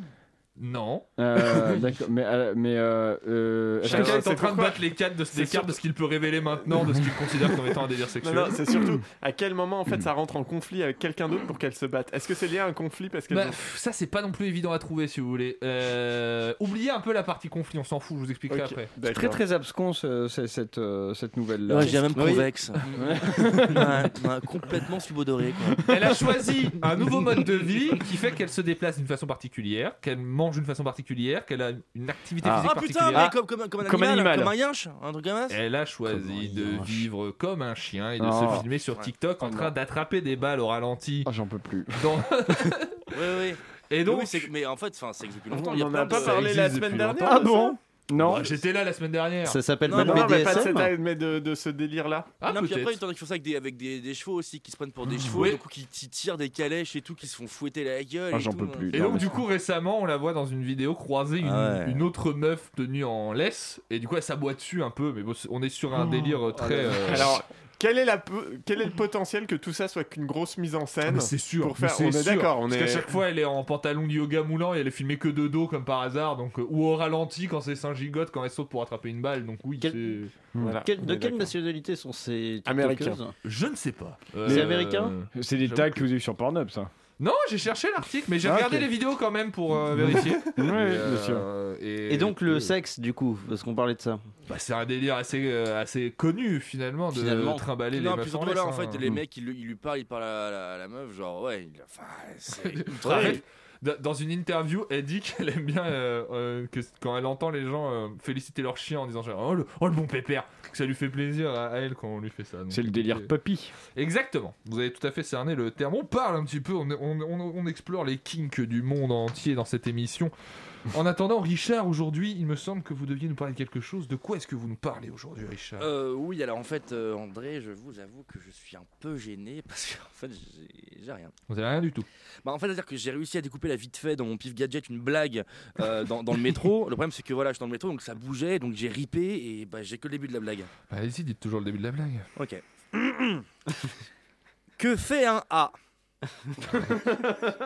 B: Non.
A: Euh, d'accord, mais, euh, mais euh, euh, est-ce que
B: Chacun
A: c'est-
B: est en train de
A: pourquoi
B: battre les cartes de,
A: C'est
B: des cartes de ce qu'il peut révéler maintenant, de ce qu'il considère comme étant un délire sexuel.
C: Non, non, c'est surtout à quel moment en fait ça rentre en conflit avec quelqu'un d'autre pour qu'elle se batte. Est-ce que c'est lié à un conflit parce que
B: Bah, pff, ça c'est pas non plus évident à trouver si vous voulez. Euh, oubliez un peu la partie conflit, on s'en fout, je vous expliquerai
C: Ok,
B: après.
A: C'est très très abscons ce- c'est- cette, euh, cette nouvelle-là.
D: Ouais, je dirais même
A: Oui.
D: [laughs] convexe. Ouais, ouais, complètement subodoré, quoi.
B: Elle a choisi un nouveau mode de vie qui fait qu'elle se déplace d'une façon particulière, qu'elle mange d'une façon particulière, qu'elle a une activité
D: Ah,
B: physique
D: putain,
B: particulière.
D: mais comme, comme, comme, un, animal, comme un yinche, un truc comme ça
B: Elle a choisi de vivre comme un chien et de
A: Oh.
B: se filmer sur
A: Ouais.
B: TikTok en train d'attraper des balles au ralenti.
A: Ah, J'en peux
B: [laughs]
A: plus.
B: Dans...
D: Oui, oui.
B: Et donc-
D: Oui, c'est- mais en fait, enfin, ça existe depuis longtemps.
C: On
D: il y a
C: en
D: plein
C: a
D: de-
C: pas parlé
D: ça
C: la
D: existe depuis
C: semaine dernière,
D: longtemps.
C: de ça
A: Non.
B: Bah, J'étais là la semaine dernière.
E: Ça s'appelle
C: non,
E: pas
C: non,
E: le
C: mais pas de
E: BDSM.
C: cette mais de, de ce délire là.
B: Ah,
D: non, puis après, ils t'en font ça avec des, avec des, des chevaux aussi qui se prennent pour des chevaux,
B: Oui.
D: du coup, qui t- tirent des calèches et tout, qui se font fouetter la gueule.
B: Ah,
D: et
B: j'en
D: tout,
B: peux
D: hein.
B: plus. Et donc, du coup, récemment, on la voit dans une vidéo croiser une,
D: Ah ouais.
B: une autre meuf tenue en laisse. Et du coup, elle s'aboie dessus un peu. Mais bon, c'est- on est sur un délire très. euh,
C: Alors, quel est, la, po- quel est le potentiel que tout ça soit qu'une grosse mise en
B: Ah,
C: scène
B: mais c'est sûr.
C: Pour faire,
B: mais
C: on
B: c'est
C: est
B: sûr,
C: d'accord, on
B: Parce
C: est.
B: qu'à chaque fois, elle est en pantalon de yoga moulant et elle est filmée que de dos, comme par hasard. Donc, euh, ou au ralenti quand ses seins gigotent, quand elle saute pour attraper une balle. Donc, oui, c'est.
C: Voilà,
E: Quel-
B: on
E: de
B: est
E: quelle
B: d'accord.
E: nationalité sont ces
B: Américains.
E: TikTokeuses
B: Je ne sais pas.
E: C'est
B: Euh,
E: américain
A: C'est des
B: j'avoue
A: tags
B: que-
A: que vous avez eu sur Pornhub, ça.
B: Non, j'ai cherché l'article, mais j'ai
A: Ah,
B: regardé
A: ok.
B: les vidéos quand même pour euh, vérifier.
A: Ouais,
B: Et,
A: bien sûr.
B: et,
E: Et donc le
B: euh,
E: sexe du coup, parce qu'on parlait de ça.
B: bah, c'est un délire assez, euh, assez connu finalement de
E: Finalement.
B: trimballer
D: Non,
B: les
D: puis
B: meufs en
D: surtout là, en
B: laisse, hein.
D: fait, les mecs, ils, lui- ils lui parlent, ils parlent à la, à la meuf, genre, ouais, il- enfin,
B: [laughs]
D: c'est ultra.
B: Ultra raide. Da- Dans une interview, elle dit qu'elle aime bien euh, euh, que c- quand elle entend les gens euh, féliciter leur chien en disant genre, oh, le, oh, le bon pépère, que ça lui fait plaisir à, à elle quand on lui fait ça. donc.
A: C'est le délire puppy.
B: Exactement, vous avez tout à fait cerné le terme. On parle un petit peu, on, on- on- on explore les kinks du monde entier dans cette émission. En attendant, Richard, aujourd'hui, il me semble que vous deviez nous parler de quelque chose. De quoi est-ce que vous nous parlez aujourd'hui, Richard
D: Euh, oui, alors en fait, euh, André, je vous avoue que je suis un peu gêné [laughs] parce qu'en fait, j'ai- j'ai rien.
B: Vous avez rien du tout.
D: Bah, en fait, c'est-à-dire que j'ai réussi à découper la vite fait dans mon pif gadget une blague euh, dans, dans le métro. Le problème, c'est que voilà, je suis dans le métro, donc ça bougeait, donc j'ai ripé et bah, j'ai que le début de la blague.
B: Bah, Allez-y, dites toujours le début de la blague.
D: Ok. [coughs] que fait un A Ah,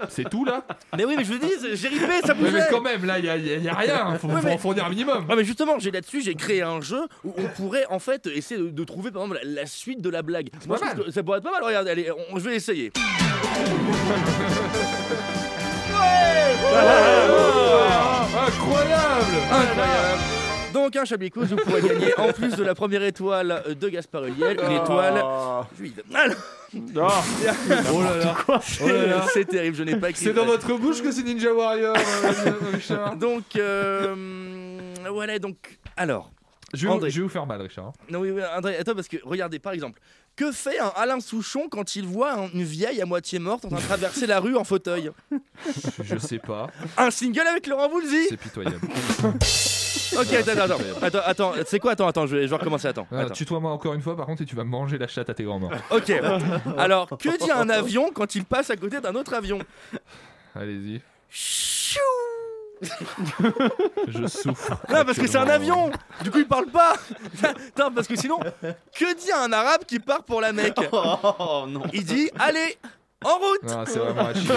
B: C'est tout là
D: Mais oui, mais je vous dis, j'ai ripé, ça
B: Ouais,
D: bougeait
B: mais quand même, là, il n'y a,
D: [laughs]
B: rien. Faut,
D: Ouais,
B: faut
D: mais-
B: en fournir un minimum.
D: Ouais, mais justement, j'ai là-dessus, j'ai créé un jeu où on pourrait en fait essayer de, de trouver par exemple la, la suite de la blague. Moi, je
B: pas
D: pense que ça pourrait être pas mal. Regarde, allez, on- je vais essayer.
B: Incroyable
D: Ah, Incroyable Donc un chablis quiz, vous pourrez gagner en plus de la première étoile de Gaspard Ulliel, une étoile
B: Ah.
D: juive. Alors- [laughs]
B: Oh là là. Oh là là.
D: C'est terrible, je n'ai pas écrit.
B: C'est dans votre bouche que c'est Ninja Warrior, euh, Richard.
D: Donc, euh, voilà, donc, alors.
B: Je vais, vous,
D: André.
B: je vais vous faire mal, Richard.
D: Non, oui, oui, André, attends, parce que regardez, par exemple, que fait un Alain Souchon quand il voit un- une vieille à moitié morte en train de traverser la rue en fauteuil
B: Je- Je sais pas.
D: Un single avec Laurent Voulzy
B: C'est [laughs] pitoyable.
D: Ok, attends, attends, attends, attends, attends, c'est quoi Attends, attends, je vais, je vais recommencer, attends.
B: Ah,
D: attends.
B: Tutoie-moi encore une fois, par contre, et tu vas manger la chatte à tes grands-mères.
D: Ok, alors, que dit un avion quand il passe à côté d'un autre avion
B: Allez-y. Je souffre.
D: Non, Ah, parce que c'est un avion Du coup, il parle pas [laughs] Attends, parce que sinon, que dit un arabe qui part pour la Mecque
E: Oh, [laughs]
D: Il dit, allez, en route
B: [laughs] Non, Ah, c'est vraiment à chier.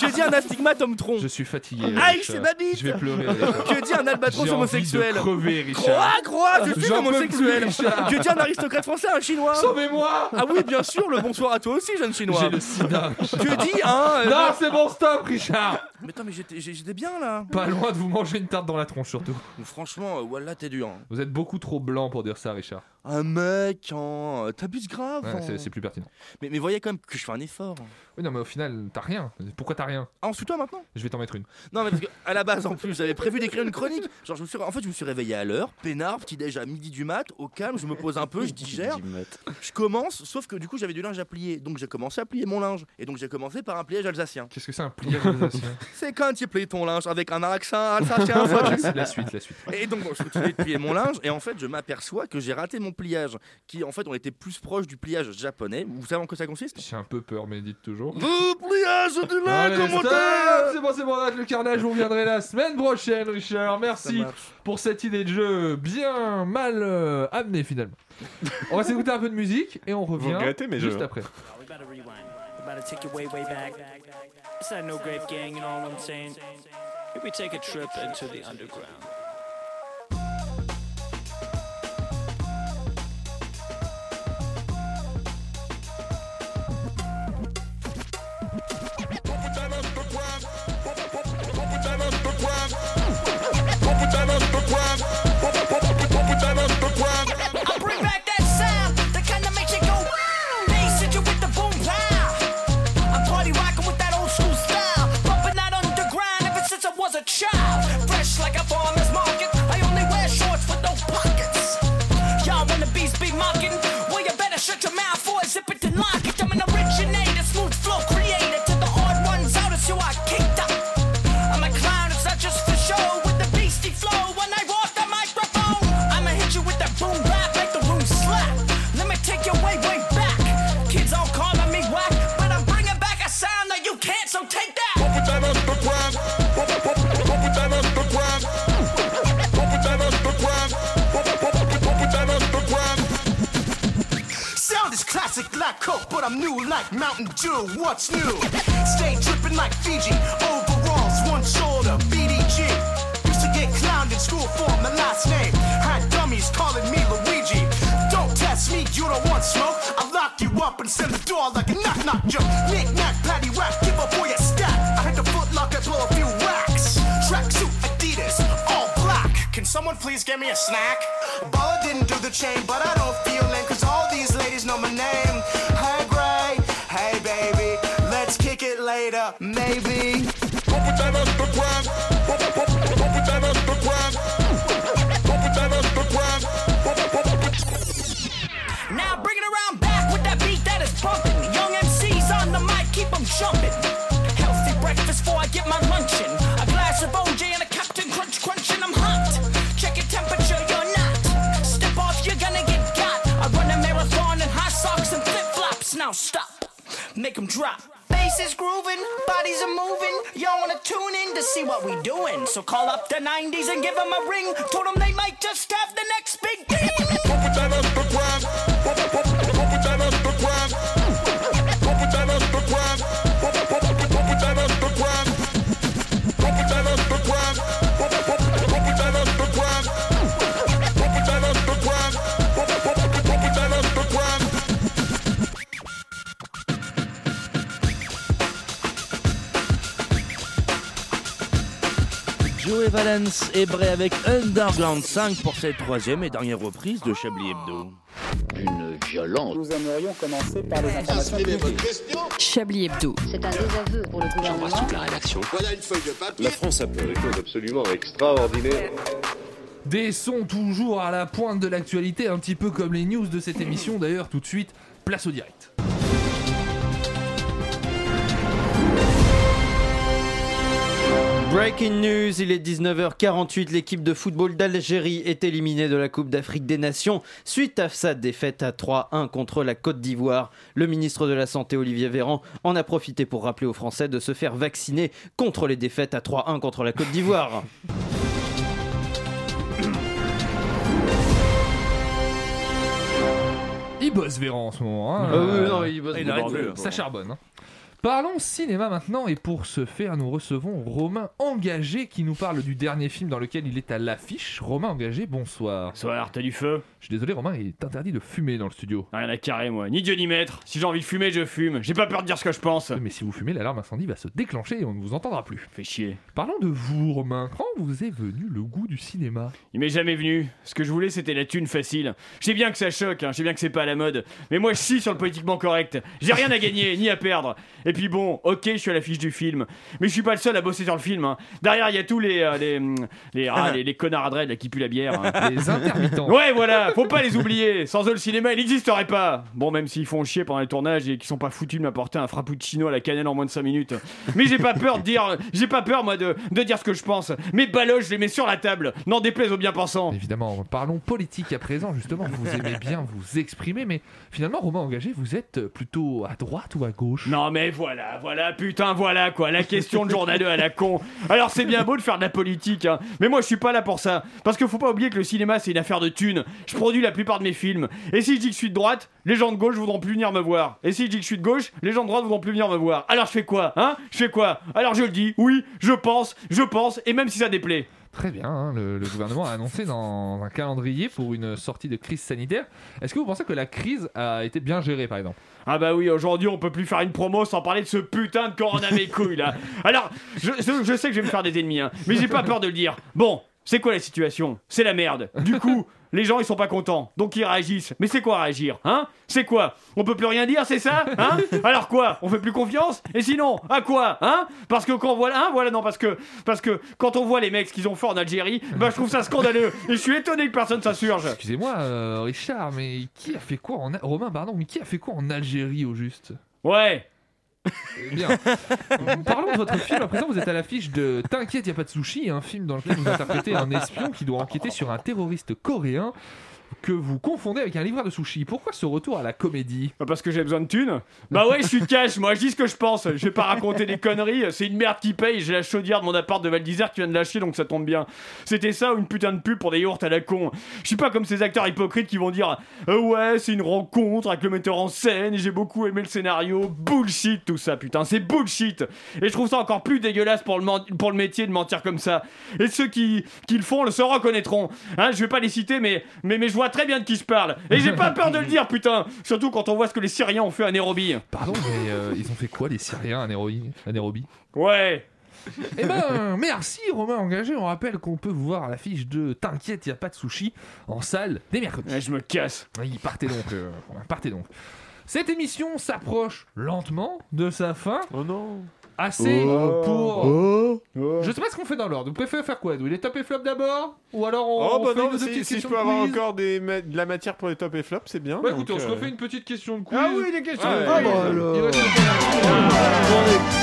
D: Que dit un astigmate homme tronc
B: Je suis fatigué.
D: Aïe,
B: Richard.
D: c'est ma bite
B: Je vais pleurer. Richard.
D: Que dit un albatros
B: J'ai envie
D: homosexuel
B: de crever, Richard.
D: Croix, croix, je suis
B: J'en peux
D: homosexuel
B: plus, Richard.
D: Que dit un aristocrate français, un chinois
B: Sauvez-moi
D: Ah oui, bien sûr, le bonsoir à toi aussi, jeune chinois
B: J'ai le sida.
D: Que dit un... euh,
B: Non, c'est bon, stop, Richard
D: Mais attends, mais j'étais j'ai- j'étais bien, là
B: Pas loin de vous manger une tarte dans la tronche, surtout.
D: Franchement, euh, voilà, t'es dur. hein.
B: Vous êtes beaucoup trop blanc pour dire ça, Richard.
D: Un mec, en... euh, t'abuses grave
B: Ouais,
D: hein.
B: c'est- c'est plus pertinent.
D: mais, mais voyez quand même que je fais un effort.
B: Oui, non, mais au final, t'as rien. Pourquoi t'as rien
D: Ah, on se toi maintenant
B: Je vais t'en mettre une.
D: Non, mais parce que à la base, en plus, j'avais prévu d'écrire une chronique. Genre, je me suis, en fait, je me suis réveillé à l'heure, peinard, petit déj à midi du mat, au calme, je me pose un peu, je digère. Je commence, sauf que du coup, j'avais du linge à plier. Donc, j'ai commencé à plier mon linge. Et donc, j'ai commencé par un pliage alsacien.
B: Qu'est-ce que c'est un pliage alsacien
D: C'est quand tu plies ton linge avec un accent alsacien. faut-
B: La suite, la suite.
D: Et donc, bon, je continue de plier mon linge, et en fait, je m'aperçois que j'ai raté mon mon pliage, qui en fait on était plus proche du pliage japonais. Vous savez en quoi ça consiste
B: J'ai un peu peur, mais dites toujours.
D: Le pliage du lac
B: Allez,
D: au
B: stop
D: montagne
B: C'est bon, c'est bon, on arrête le carnage, vous reviendrez la semaine prochaine, Richard. Merci pour cette idée de jeu bien mal euh, amenée, finalement. on va s'écouter un peu de musique et on revient
C: regrettez mes
B: juste
C: jeux, hein.
B: après.
N: We better rewind. We better take it way, way back. It's that no grape gang, you know what I'm saying? Maybe take a trip into the underground.
O: I bring back that sound that kind of makes you go wow. Bass hit you with the boom wow. I'm party rocking with that old school style, bumping out on the grind ever since I was a child. Fresh like a farmer's market, I only wear shorts with no pockets. Y'all wanna beast be mocking? Well, you better shut your mouth or zip it and lock it. I'm an originator, smooth flow creator. To the odd ones out, it's you I kicked up. I'm a clown, it's not just for show. With the beastie flow, when I walk the microphone, I'ma hit you with that boom bap, make the room slap. Let me take you way, way back. Kids all calling me whack, but I'm bringing back a sound that you can't, so take that.
F: Sound is classic like Coke, but I'm new like Mountain Dew. What's new? Stay dripping like Fiji. Overalls, one shoulder, BDG. Used to get clowned in school for my last name. Had dummies calling me Luigi. Don't test me, you don't want smoke. I lock you up and send the door like a knock knock joke. Knick knack, patty whack, give up all your stack. I hit the foot locker, blow a few racks. Tracksuit, Adidas, all black. Can someone please get me a snack? Bala didn't do the chain, but I don't feel lame, cause all these ladies know my name. Hey, Gray, hey, baby, let's kick it later, maybe.
O: Now bring it around back with that beat that is bumping. Young MCs on the mic, keep 'em jumping. Healthy breakfast before I get my luncheon. A glass of OJ and a Captain Crunch Crunch, and I'm hot. Check your temperature, you're not. Step off, you're gonna get got. I run a marathon in high socks and flip flops. Now stop, make 'em drop.
F: Bass is grooving, bodies are moving.
O: Y'all wanna tune in to see what we doing? So call up the 90s and give 'em a ring. Told 'em they might just have the next big thing.
D: Joey Valence est bré avec Underground 5 pour cette troisième et dernière reprise de Chablis Hebdo. Une violence.
M: Nous aimerions commencer par les informations publiques.
I: Chablis Hebdo.
P: C'est un désaveu pour le gouvernement.
G: toute la rédaction. Voilà une feuille de papier. La France a fait des choses absolument extraordinaires.
B: Des sons toujours à la pointe de l'actualité, un petit peu comme les news de cette émission d'ailleurs, tout de suite, place au direct.
E: Breaking news, il est 19h48, l'équipe de football d'Algérie est éliminée de la Coupe d'Afrique des Nations suite à sa défaite à 3-1 contre la Côte d'Ivoire. Le ministre de la Santé Olivier Véran en a profité pour rappeler aux Français de se faire vacciner contre les défaites à 3-1 contre la Côte
B: [laughs]
E: d'Ivoire.
B: Il bosse Véran en ce moment. Hein,
E: Ah oui, non, il bosse de
B: arrête
E: bordel,
B: plus,
E: bon.
B: Ça charbonne. hein. Parlons cinéma maintenant et pour ce faire nous recevons Romain Engagé qui nous parle du dernier film dans lequel il est à l'affiche. Romain Engagé, bonsoir.
A: Bonsoir, t'as du feu
B: Je suis désolé Romain, il est interdit de fumer dans le studio.
A: Rien à carrer, moi. Ni Dieu ni maître. Si j'ai envie de fumer, je fume. J'ai pas peur de dire ce que je
E: Ah.
A: pense.
B: Mais si vous fumez, l'alarme incendie va se déclencher et on ne vous entendra plus.
A: [laughs] Fais chier.
B: Parlons de vous Romain, quand vous est venu le goût du cinéma
A: Il m'est jamais venu. Ce que je voulais, c'était la thune facile. Je sais bien que ça choque, hein, je sais bien que c'est pas à la mode. Mais moi, je chie sur le politiquement correct. J'ai rien à gagner, ni à perdre. Et Et puis bon, ok, je suis à l'affiche du film, mais je suis pas le seul à bosser sur le film. hein. Derrière, il y a tous les euh, les, hum, les, [laughs] ah, les- les connards à dread là, qui puent la bière.
E: Ah.
A: hein.
B: Les intermittents.
E: [laughs]
A: Ouais, voilà, faut pas les oublier. Sans eux, le cinéma, il n'existerait pas. Bon, même s'ils font chier pendant les tournages et qu'ils sont pas foutus de m'apporter un frappuccino à la cannelle en moins de 5 minutes. Mais j'ai pas peur de dire, j'ai pas peur, moi, de, de dire ce que je pense. Mes baloches, je les mets sur la table. N'en déplaise aux bien-pensants.
B: Évidemment, parlons politique à présent, justement. Vous aimez bien vous exprimer, mais finalement, Romain Engagé, vous êtes plutôt à droite ou à gauche
A: Non, mais voilà, voilà, putain, voilà quoi, la question de journaleux à la con. Alors c'est bien beau de faire de la politique, hein, mais moi je suis pas là pour ça. Parce que faut pas oublier que le cinéma c'est une affaire de thunes. Je produis la plupart de mes films. Et si je dis que je suis de droite, les gens de gauche voudront plus venir me voir. Et si je dis que je suis de gauche, les gens de droite voudront plus venir me voir. Alors je fais quoi, hein Je fais quoi Alors je le dis, oui, je pense, je pense, et même si ça déplaît.
B: Très bien, hein, le, le gouvernement a annoncé dans un calendrier pour une sortie de crise sanitaire. Est-ce que vous pensez que la crise a été bien gérée, par exemple
A: Ah bah oui, aujourd'hui on peut plus faire une promo sans parler de ce putain de corona mes couilles là. Alors, je, je- je sais que je vais me faire des ennemis, hein, mais j'ai pas peur de le dire. Bon, c'est quoi la situation C'est la merde. Du coup, les gens ils sont pas contents, donc ils réagissent. Mais c'est quoi réagir, hein C'est quoi On peut plus rien dire, c'est ça, hein Alors quoi On fait plus confiance Et sinon, à quoi, hein Parce que quand on voit, hein, voilà, non, parce que, parce que quand on voit les mecs ce qu'ils ont fait en Algérie, bah je trouve ça scandaleux. Et je suis étonné que personne s'insurge.
B: Excusez-moi, euh, Richard, mais qui a fait quoi en... Al- Romain, pardon, mais qui a fait quoi en Algérie, au juste Eh
A: Ouais
B: Bien. Parlons de votre film. À présent, vous êtes à l'affiche de T'inquiète, y a pas de sushi, un film dans lequel vous interprétez un espion qui doit enquêter sur un terroriste coréen que vous confondez avec un livreur de sushi. Pourquoi ce retour à la comédie
A: Bah, Parce que j'ai besoin de thunes. Bah ouais, je suis cash, moi je dis ce que je pense. Je vais pas raconter des conneries, c'est une merde qui paye. J'ai la chaudière de mon appart de Val d'Isère qui vient de lâcher donc ça tombe bien. C'était ça ou une putain de pub pour des yaourts à la con. Je suis pas comme ces acteurs hypocrites qui vont dire Euh, Ouais, c'est une rencontre avec le metteur en scène et j'ai beaucoup aimé le scénario. Bullshit tout ça, putain, c'est bullshit. Et je trouve ça encore plus dégueulasse pour le, men- pour le métier de mentir comme ça. Et ceux qui, qui le font le se reconnaîtront. Hein, je vais pas les citer, mais, mais, mais je vois très bien de qui je parle. Et j'ai pas peur de le dire, putain. Surtout quand on voit ce que les Syriens ont fait à Nairobi.
B: Pardon, mais euh, ils ont fait quoi les Syriens à Nairobi, à Nairobi
A: Ouais.
B: Eh ben, merci Romain Engagé. On rappelle qu'on peut vous voir à l'affiche de T'inquiète, y a pas de sushi en salle dès mercredi.
A: Eh, je me casse.
B: Oui, partez donc, euh, Romain, partez donc. Cette émission s'approche lentement de sa fin.
C: Oh non.
B: Assez
C: Oh.
B: pour.
C: Oh.
B: Je sais pas ce qu'on fait dans l'ordre. Vous préférez faire quoi Edou Les top et flop d'abord Ou alors on.
C: Oh
B: on
C: bah
B: fait
C: non,
B: une ou deux
C: si,
B: petites
C: si je
B: questions
C: peux
B: de
C: avoir
B: quiz
C: encore des ma- de la matière pour les top et flops, c'est bien.
B: Bah écoutez, on
C: donc,
B: se
C: euh,
B: refait une petite question de quiz.
C: Ah oui, des questions de
B: Ah
C: quiz.
B: bah alors. Il va se faire-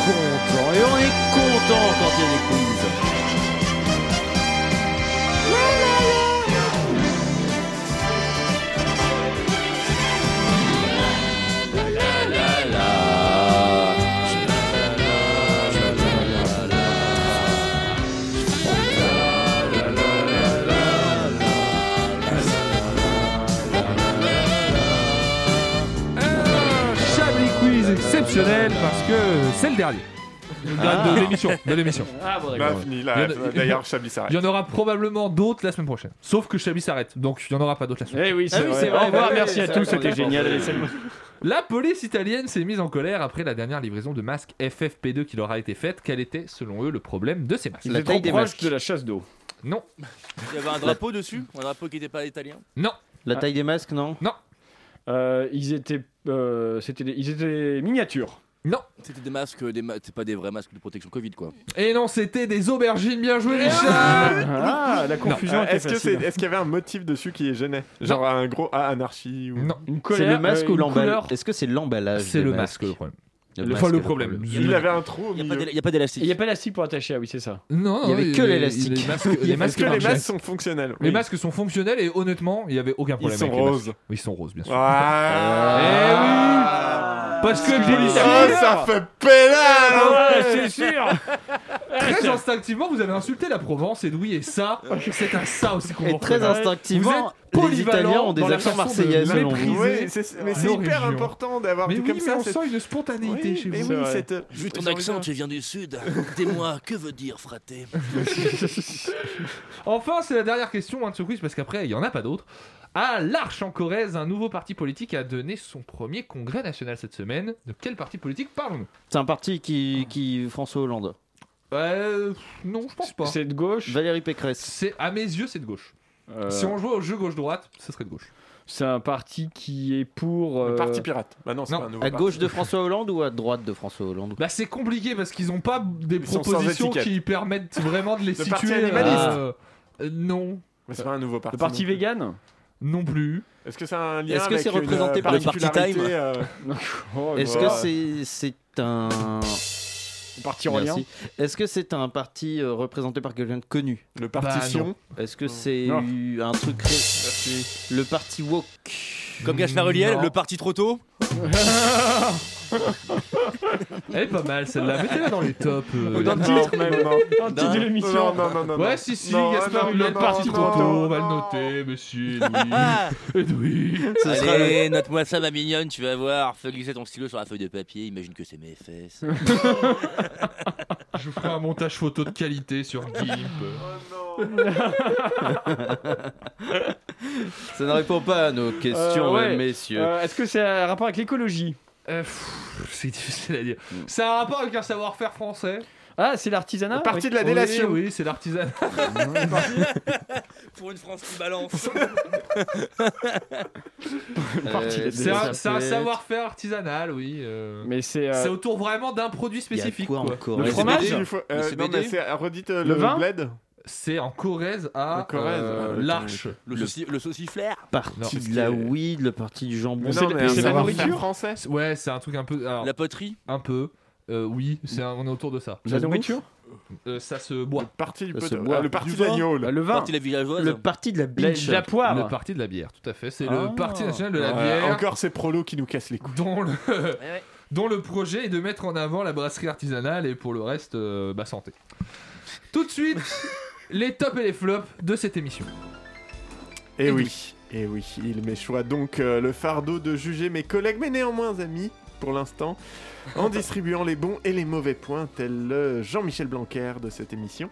A: content et on est content quand il y a des quiz.
B: Chablis quiz exceptionnel parce que c'est le dernier. Le dernier De l'émission. De l'émission.
A: Ah bon,
C: Bah,
A: d'accord.
C: fini,
B: Il y
C: là,
B: en a- [laughs]
C: d'ailleurs, Chablis s'arrête.
B: Il y en aura probablement d'autres la semaine prochaine. Sauf que Chablis s'arrête. Donc il n'y en aura pas d'autres la semaine
A: Eh
B: prochaine.
A: oui, c'est vrai. Au revoir, merci à tous, c'était génial. Allez, salut.
B: La police italienne s'est mise en colère après la dernière livraison de masques FFP2 qui leur a été faite. Quel était, selon eux, le problème de ces masques
A: Ils étaient trop proches de la chasse d'eau.
B: Non.
D: Il y avait un drapeau dessus, un drapeau qui n'était pas italien.
B: Non.
E: La taille des masques, non
B: Non.
A: ils étaient, euh, c'était, des- ils étaient miniatures.
B: Non.
D: C'était des masques, des ma- c'est pas des vrais masques de protection Covid quoi.
B: Et non, c'était des aubergines. Bien joué, Richard
A: Ah, la confusion
C: Euh,
A: était
C: Est-ce que c'est-
A: facile.
C: est-ce qu'il y avait un motif dessus qui les gênait Genre un gros ah, anarchie ou...
B: Non.
A: Une
E: C'est
A: colère,
E: le masque
A: euh,
E: ou
A: une
E: l'emballage
A: couleur.
E: Est-ce que c'est l'emballage
B: C'est
E: Ah, des
B: le
E: masques
B: masque le problème.
E: Le
B: Le-
E: masque
B: enfin, le
E: est le
B: problème.
E: problème.
C: Il avait un trou au
D: Il
C: milieu.
D: n'y a pas d'élastique.
A: Il n'y a pas d'élastique pour attacher, ah oui, c'est ça.
B: Non,
E: Il y
B: non,
E: avait que
B: les-
E: l'élastique.
B: Les masques,
E: [laughs] Il y
B: les
E: avait
B: masques
C: Est-ce que les
B: marchaient.
C: masques sont fonctionnels
B: Les
C: Oui.
B: masques sont fonctionnels et honnêtement, il n'y avait aucun problème.
C: sont
B: avec les
C: roses.
B: masques. Oui, ils sont roses, bien sûr.
C: Ah.
B: Eh oui Parce que
C: Oh,
B: policiers-
C: ça fait pélade
A: c'est sûr
B: Très instinctivement, vous avez insulté la Provence, Edoui, et ça,
E: Oh,
B: c'est un ça aussi qu'on
E: Et
B: vous
E: très
B: reconnaît.
E: instinctivement,
B: Vous êtes
E: les
B: polyvalent
E: Italiens ont des
B: dans la
E: accents
B: façon de
E: marseillais, selon vous.
B: mépriser
C: Oui, c'est- mais c'est
B: nos
C: hyper
B: régions.
C: important d'avoir
B: Ah. Mais
C: tout
B: oui,
C: comme
B: mais
C: ça.
B: on
C: c'est-
B: sent une spontanéité
C: Oui,
B: chez
C: mais
B: vous.
C: oui,
B: C'est
C: cette... euh,
D: Vu ton
C: j'ai envie
D: accent,
C: de-
D: tu viens du sud. Dis-moi, que veut dire fraté
B: Enfin, c'est la dernière question hein, de ce quiz, parce qu'après, il n'y en a pas d'autres. À l'Arche en Corrèze, un nouveau parti politique a donné son premier congrès national cette semaine. De quel parti politique parlons-nous
E: C'est un parti qui, qui François Hollande.
B: Euh, pff, Non, je pense pas.
A: C'est de gauche
E: Valérie Pécresse.
B: C'est à mes yeux, c'est de gauche.
A: Euh,
B: Si on jouait au jeu gauche-droite, ce serait de gauche.
A: C'est un parti qui est pour.
C: Le
A: euh,
C: Parti pirate. Bah non, c'est pas un nouveau
E: À
C: parti.
E: gauche de François Hollande ou à droite de François Hollande
B: Bah c'est compliqué parce qu'ils ont pas des
C: sont sans
B: propositions
C: étiquette.
B: qui permettent vraiment de les
C: Le
B: situer.
C: parti
B: euh,
C: animaliste.
B: euh, euh, non.
C: Mais c'est pas un nouveau parti.
A: Le parti
C: non plus.
A: vegan
B: Non plus.
C: Est-ce que c'est un lien
E: Est-ce que
C: avec
E: c'est
C: une,
E: représenté
C: euh,
E: par le Parti
C: particularité,
E: Time
C: euh, oh,
E: Est-ce que
C: voilà.
E: c'est c'est un
A: parti en
B: [laughs]
E: Merci.
A: lien
E: Est-ce que c'est un parti euh, représenté par quelqu'un de connu
C: Le parti Bah, Sion non.
E: Est-ce que c'est
D: Non.
E: eu un truc ré- Le parti woke
D: Comme Gachemar Ulliel, le parti trop tôt.
B: Elle est pas mal celle-là. Mettez-la dans les tops. euh,
D: Ou dans le
B: Gaspard.
D: titre, même, non.
A: Dans le titre de l'émission.
B: Non, non, non, non, non.
A: Ouais, si, si,
B: Non,
A: Gaspard
B: non,
A: Ulliel,
B: non,
A: parti
B: non,
A: trop
B: non,
A: tôt,
B: non,
A: on va le
B: noter, monsieur Edoui. Edoui. Ce sera
D: Allez, note-moi ça, ma mignonne, tu vas voir. Fais glisser ton stylo sur la feuille de papier, imagine que c'est mes fesses.
B: Je vous ferai un montage photo de qualité sur Gimp.
E: Ça ne répond pas à nos questions,
A: Euh, ouais.
E: messieurs.
A: Euh, Est-ce que c'est un rapport avec l'écologie
B: Euh, C'est difficile à dire. C'est un rapport avec un savoir-faire français.
A: Ah, c'est l'artisanat
B: Partie de la délation. Oui, c'est l'artisanat.
D: [laughs] Pour une France qui balance.
E: Euh,
A: Partie de la
B: [laughs] C'est un,
A: délation.
B: c'est un savoir-faire artisanal, oui. euh.
A: Mais c'est. euh,
B: C'est autour vraiment d'un produit spécifique.
A: quoi en Corrèze
B: Le
A: Le
B: fromage
A: CBD,
C: il faut- euh, non, mais c'est- redite, euh,
B: Le
C: le
B: vin
C: bled.
B: C'est en Corrèze à
C: Le Corrèze,
B: euh,
C: ah, le-
B: l'Arche.
D: [laughs] Le, sauci- le sauciflaire.
E: Parti
B: Non,
E: de la weed, le parti du jambon.
B: Mais non, mais
E: le
B: c'est la
E: savoir-
B: nourriture.
C: français
B: C'est- Ouais, c'est un truc un peu. alors,
D: La poterie
B: Un peu. Euh, oui, c'est un- on est autour de ça.
E: La nourriture
B: Euh, Ça se boit. Le
C: parti du
E: Ça se pote- boit. ah, le parti
B: du
E: de
B: vin.
E: l'agneau, là. Le vin. Parti de la
D: villageoise.
E: Le parti de la biche. La poire.
B: Le parti de la bière, tout à fait. C'est
C: Ah.
B: le parti national de la
C: Ouais,
B: bière.
C: Euh, Encore ces prolos qui nous cassent les couilles.
B: Dont le, dont le projet est de mettre en avant la brasserie artisanale et pour le reste, euh, bah santé. Tout de
C: [laughs]
B: suite, les tops et les flops de cette émission.
C: Et Eh oui, et oui, il m'échoua donc euh, le fardeau de juger mes collègues, mais néanmoins amis, pour l'instant, en distribuant les bons et les mauvais points, tel le Jean-Michel Blanquer de cette émission.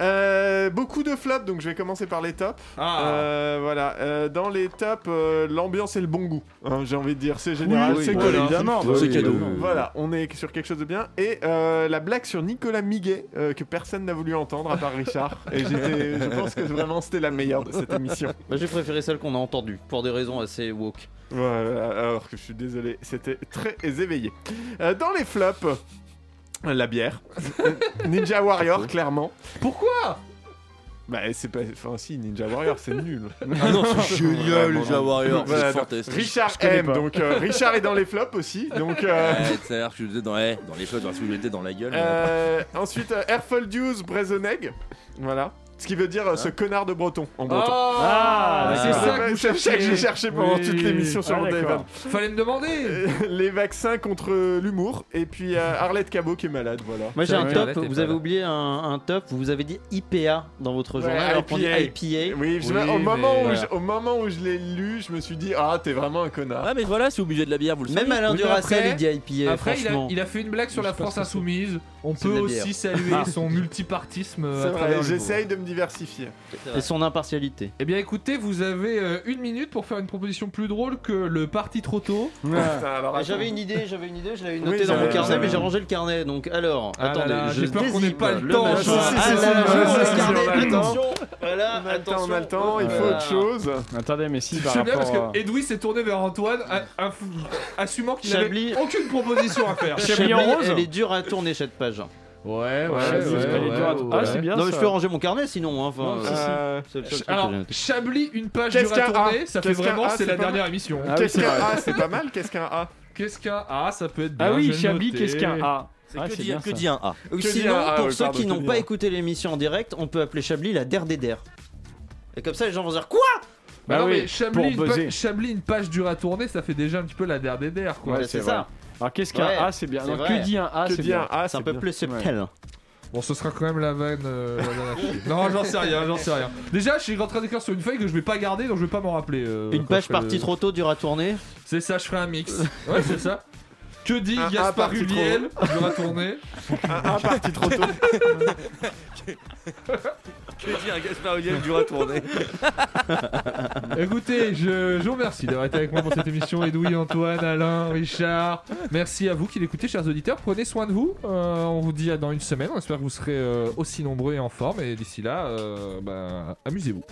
C: Euh, beaucoup de flops, donc je vais commencer par les tops.
B: Ah.
C: Euh, voilà, Euh, dans les tops, euh, l'ambiance et le bon goût. hein, J'ai envie de dire, c'est général,
A: Oui,
C: c'est
A: oui,
C: cool.
A: voilà. Évidemment, bah
C: c'est
A: oui,
C: cadeau.
A: évidemment.
C: Voilà, on est sur quelque chose de bien. Et euh, la blague sur Nicolas Miguet euh, que personne n'a voulu entendre à part Richard. Et j'étais, je pense que vraiment c'était la meilleure de cette émission.
E: Moi, j'ai préféré celle qu'on a entendue, pour des raisons assez woke.
C: Voilà, alors que je suis désolé, c'était très éveillé. Euh, dans les flops,
D: [laughs]
C: la bière, Ninja
D: Ah,
C: Warrior, clairement.
B: Pourquoi
C: Bah, c'est pas. Enfin, si, Ninja
D: [laughs]
C: Warrior, c'est nul.
D: Ah non, c'est [laughs] génial, Ninja Warrior, c'est
C: Voilà,
D: fantastique.
C: Richard
D: Je connais
C: M,
D: pas.
C: donc euh, Richard est dans les flops aussi. Donc, euh,
D: Ouais, ça a l'air que je le disais dans, eh, dans les choses, parce que je le disais dans la gueule.
C: euh, ensuite, euh, Airfall Dews, Brezoneg. Voilà. Ce qui veut dire
D: Ah.
C: euh, ce connard de breton en breton.
B: Ah, c'est
C: d'accord.
B: ça que vous
C: C'est ça que j'ai cherché pendant
B: Oui.
C: toute l'émission sur
B: Ah,
C: mon téléphone.
B: d'accord. Fallait me
E: Euh,
B: demander.
C: les vaccins contre l'humour et puis euh, Arlette Cabot qui est malade voilà
E: Moi j'ai
C: Ça,
E: un
C: ouais.
E: top, vous avez oublié un, un top, vous avez dit IPA dans votre
C: Ouais,
E: journal alors qu'on dit
C: IPA.
E: IPA.
C: Oui, je-
E: mais-
C: au, moment où
E: voilà.
C: je, au moment où je l'ai lu, je me suis dit Ah, t'es vraiment un connard.
D: Ouais, mais voilà, c'est obligé de la bière, vous le savez.
E: Même Alain
B: Oui, mais
E: Duracell,
B: après-
E: il dit IPA,
B: Après, il a,
E: franchement.
B: il a fait une blague sur la France insoumise. On
E: C'est
B: peut
E: de la bière. Ah.
B: aussi saluer son multipartisme
C: C'est
B: euh, à
C: vrai,
B: travers l'humour.
C: j'essaye de me diversifier.
E: Et son impartialité.
B: Eh bien, écoutez, vous avez euh, une minute pour faire une proposition plus drôle que le parti trop tôt.
E: Et J'avais une idée, j'avais une idée, je l'avais
B: Oui,
E: notée dans
B: j'avais-
E: mon carnet,
B: j'avais-
E: mais j'ai rangé le carnet. Donc alors,
B: Ah là
E: attendez,
B: là,
E: je
B: j'ai peur qu'on ait
E: désipe
B: pas le temps.
E: machin.
B: Si, si, si,
E: Ah
B: si,
E: là
B: si,
E: là,
B: si,
E: je
B: si,
E: range
B: si,
E: le
B: si,
E: carnet,
B: on a le temps.
E: attention. Voilà, attention.
C: on a le temps, il faut
E: Voilà.
C: autre chose.
A: Attendez, mais si, par
B: J'aime bien parce
A: rapport euh,
B: que Edoui s'est tourné vers Antoine, a- a- assumant qu'il
E: Chablis-
B: n'avait aucune proposition à faire.
E: Chablis, elle est dure à tourner cette page. Ouais, ouais,
B: Chablis, ouais, elle est ouais, dure à tourner. Ah, c'est bien,
E: Non, mais
B: ça.
E: je peux ranger mon carnet sinon. hein, enfin,
B: Non, si, si.
E: euh, c'est le seul truc que
B: Alors,
E: j'ai.
B: Chablis, une page
C: Qu'est-ce
B: dure à
C: qu'un A
B: tourner, ça fait Ah
C: Qu'est-ce qu'un
B: vraiment,
C: A,
B: c'est la
C: pas mal
B: dernière émission.
C: Qu'est-ce qu'un A C'est pas mal, qu'est-ce qu'un A
B: Qu'est-ce qu'un A Ça peut être bien. Bah
A: Ah oui,
B: je vais le
A: Chablis,
B: noter.
A: qu'est-ce qu'un A Ah.
D: C'est que dit- que dit un A
E: Ou
B: Que
E: sinon,
B: dire, ah,
E: pour
B: ouais,
E: ceux
B: pardon,
E: qui
B: que
E: n'ont
B: dire.
E: pas écouté l'émission en direct, on peut appeler Chablis la der des der. Et comme ça, les gens vont dire quoi
B: Bah non, mais Chablis, une page, Chablis, une page dure à tourner, ça fait déjà un petit peu la der des der, quoi.
A: Ouais, c'est vrai. Alors qu'est-ce qu'un
B: Ouais,
A: A Ah, c'est bien.
B: c'est
A: Non,
B: vrai.
A: que dit un A
B: Que
A: Ah, c'est
B: dit un
A: bien.
B: A, C'est un c'est peu bien. plus subtil. Bon, ce sera quand même la vanne. euh, la [laughs] vanne à chier. non, j'en sais rien, j'en sais rien. Déjà, je suis en train d'écrire sur une feuille que je vais pas garder, donc je vais pas m'en rappeler. euh,
E: Une
B: quand je
E: page
B: ferai le-
E: partie trop tôt dure à tourner.
B: C'est ça, je ferai un mix. Ouais, c'est ça. Que dit
E: Un A
B: Gaspar
E: parti trop
B: Ulliel Dure à tourner.
C: Un A parti trop tôt.
D: Que dit un Gaspard Ulliel dur à tourner
B: Écoutez, je, je vous remercie d'avoir été avec moi pour cette émission. Edoui, Antoine, Alain, Richard. Merci à vous qui l'écoutez, chers auditeurs. Prenez soin de vous. Euh, on vous dit à dans une semaine. On espère que vous serez euh, ben, aussi nombreux et en forme. Et d'ici là, euh, bah, amusez-vous.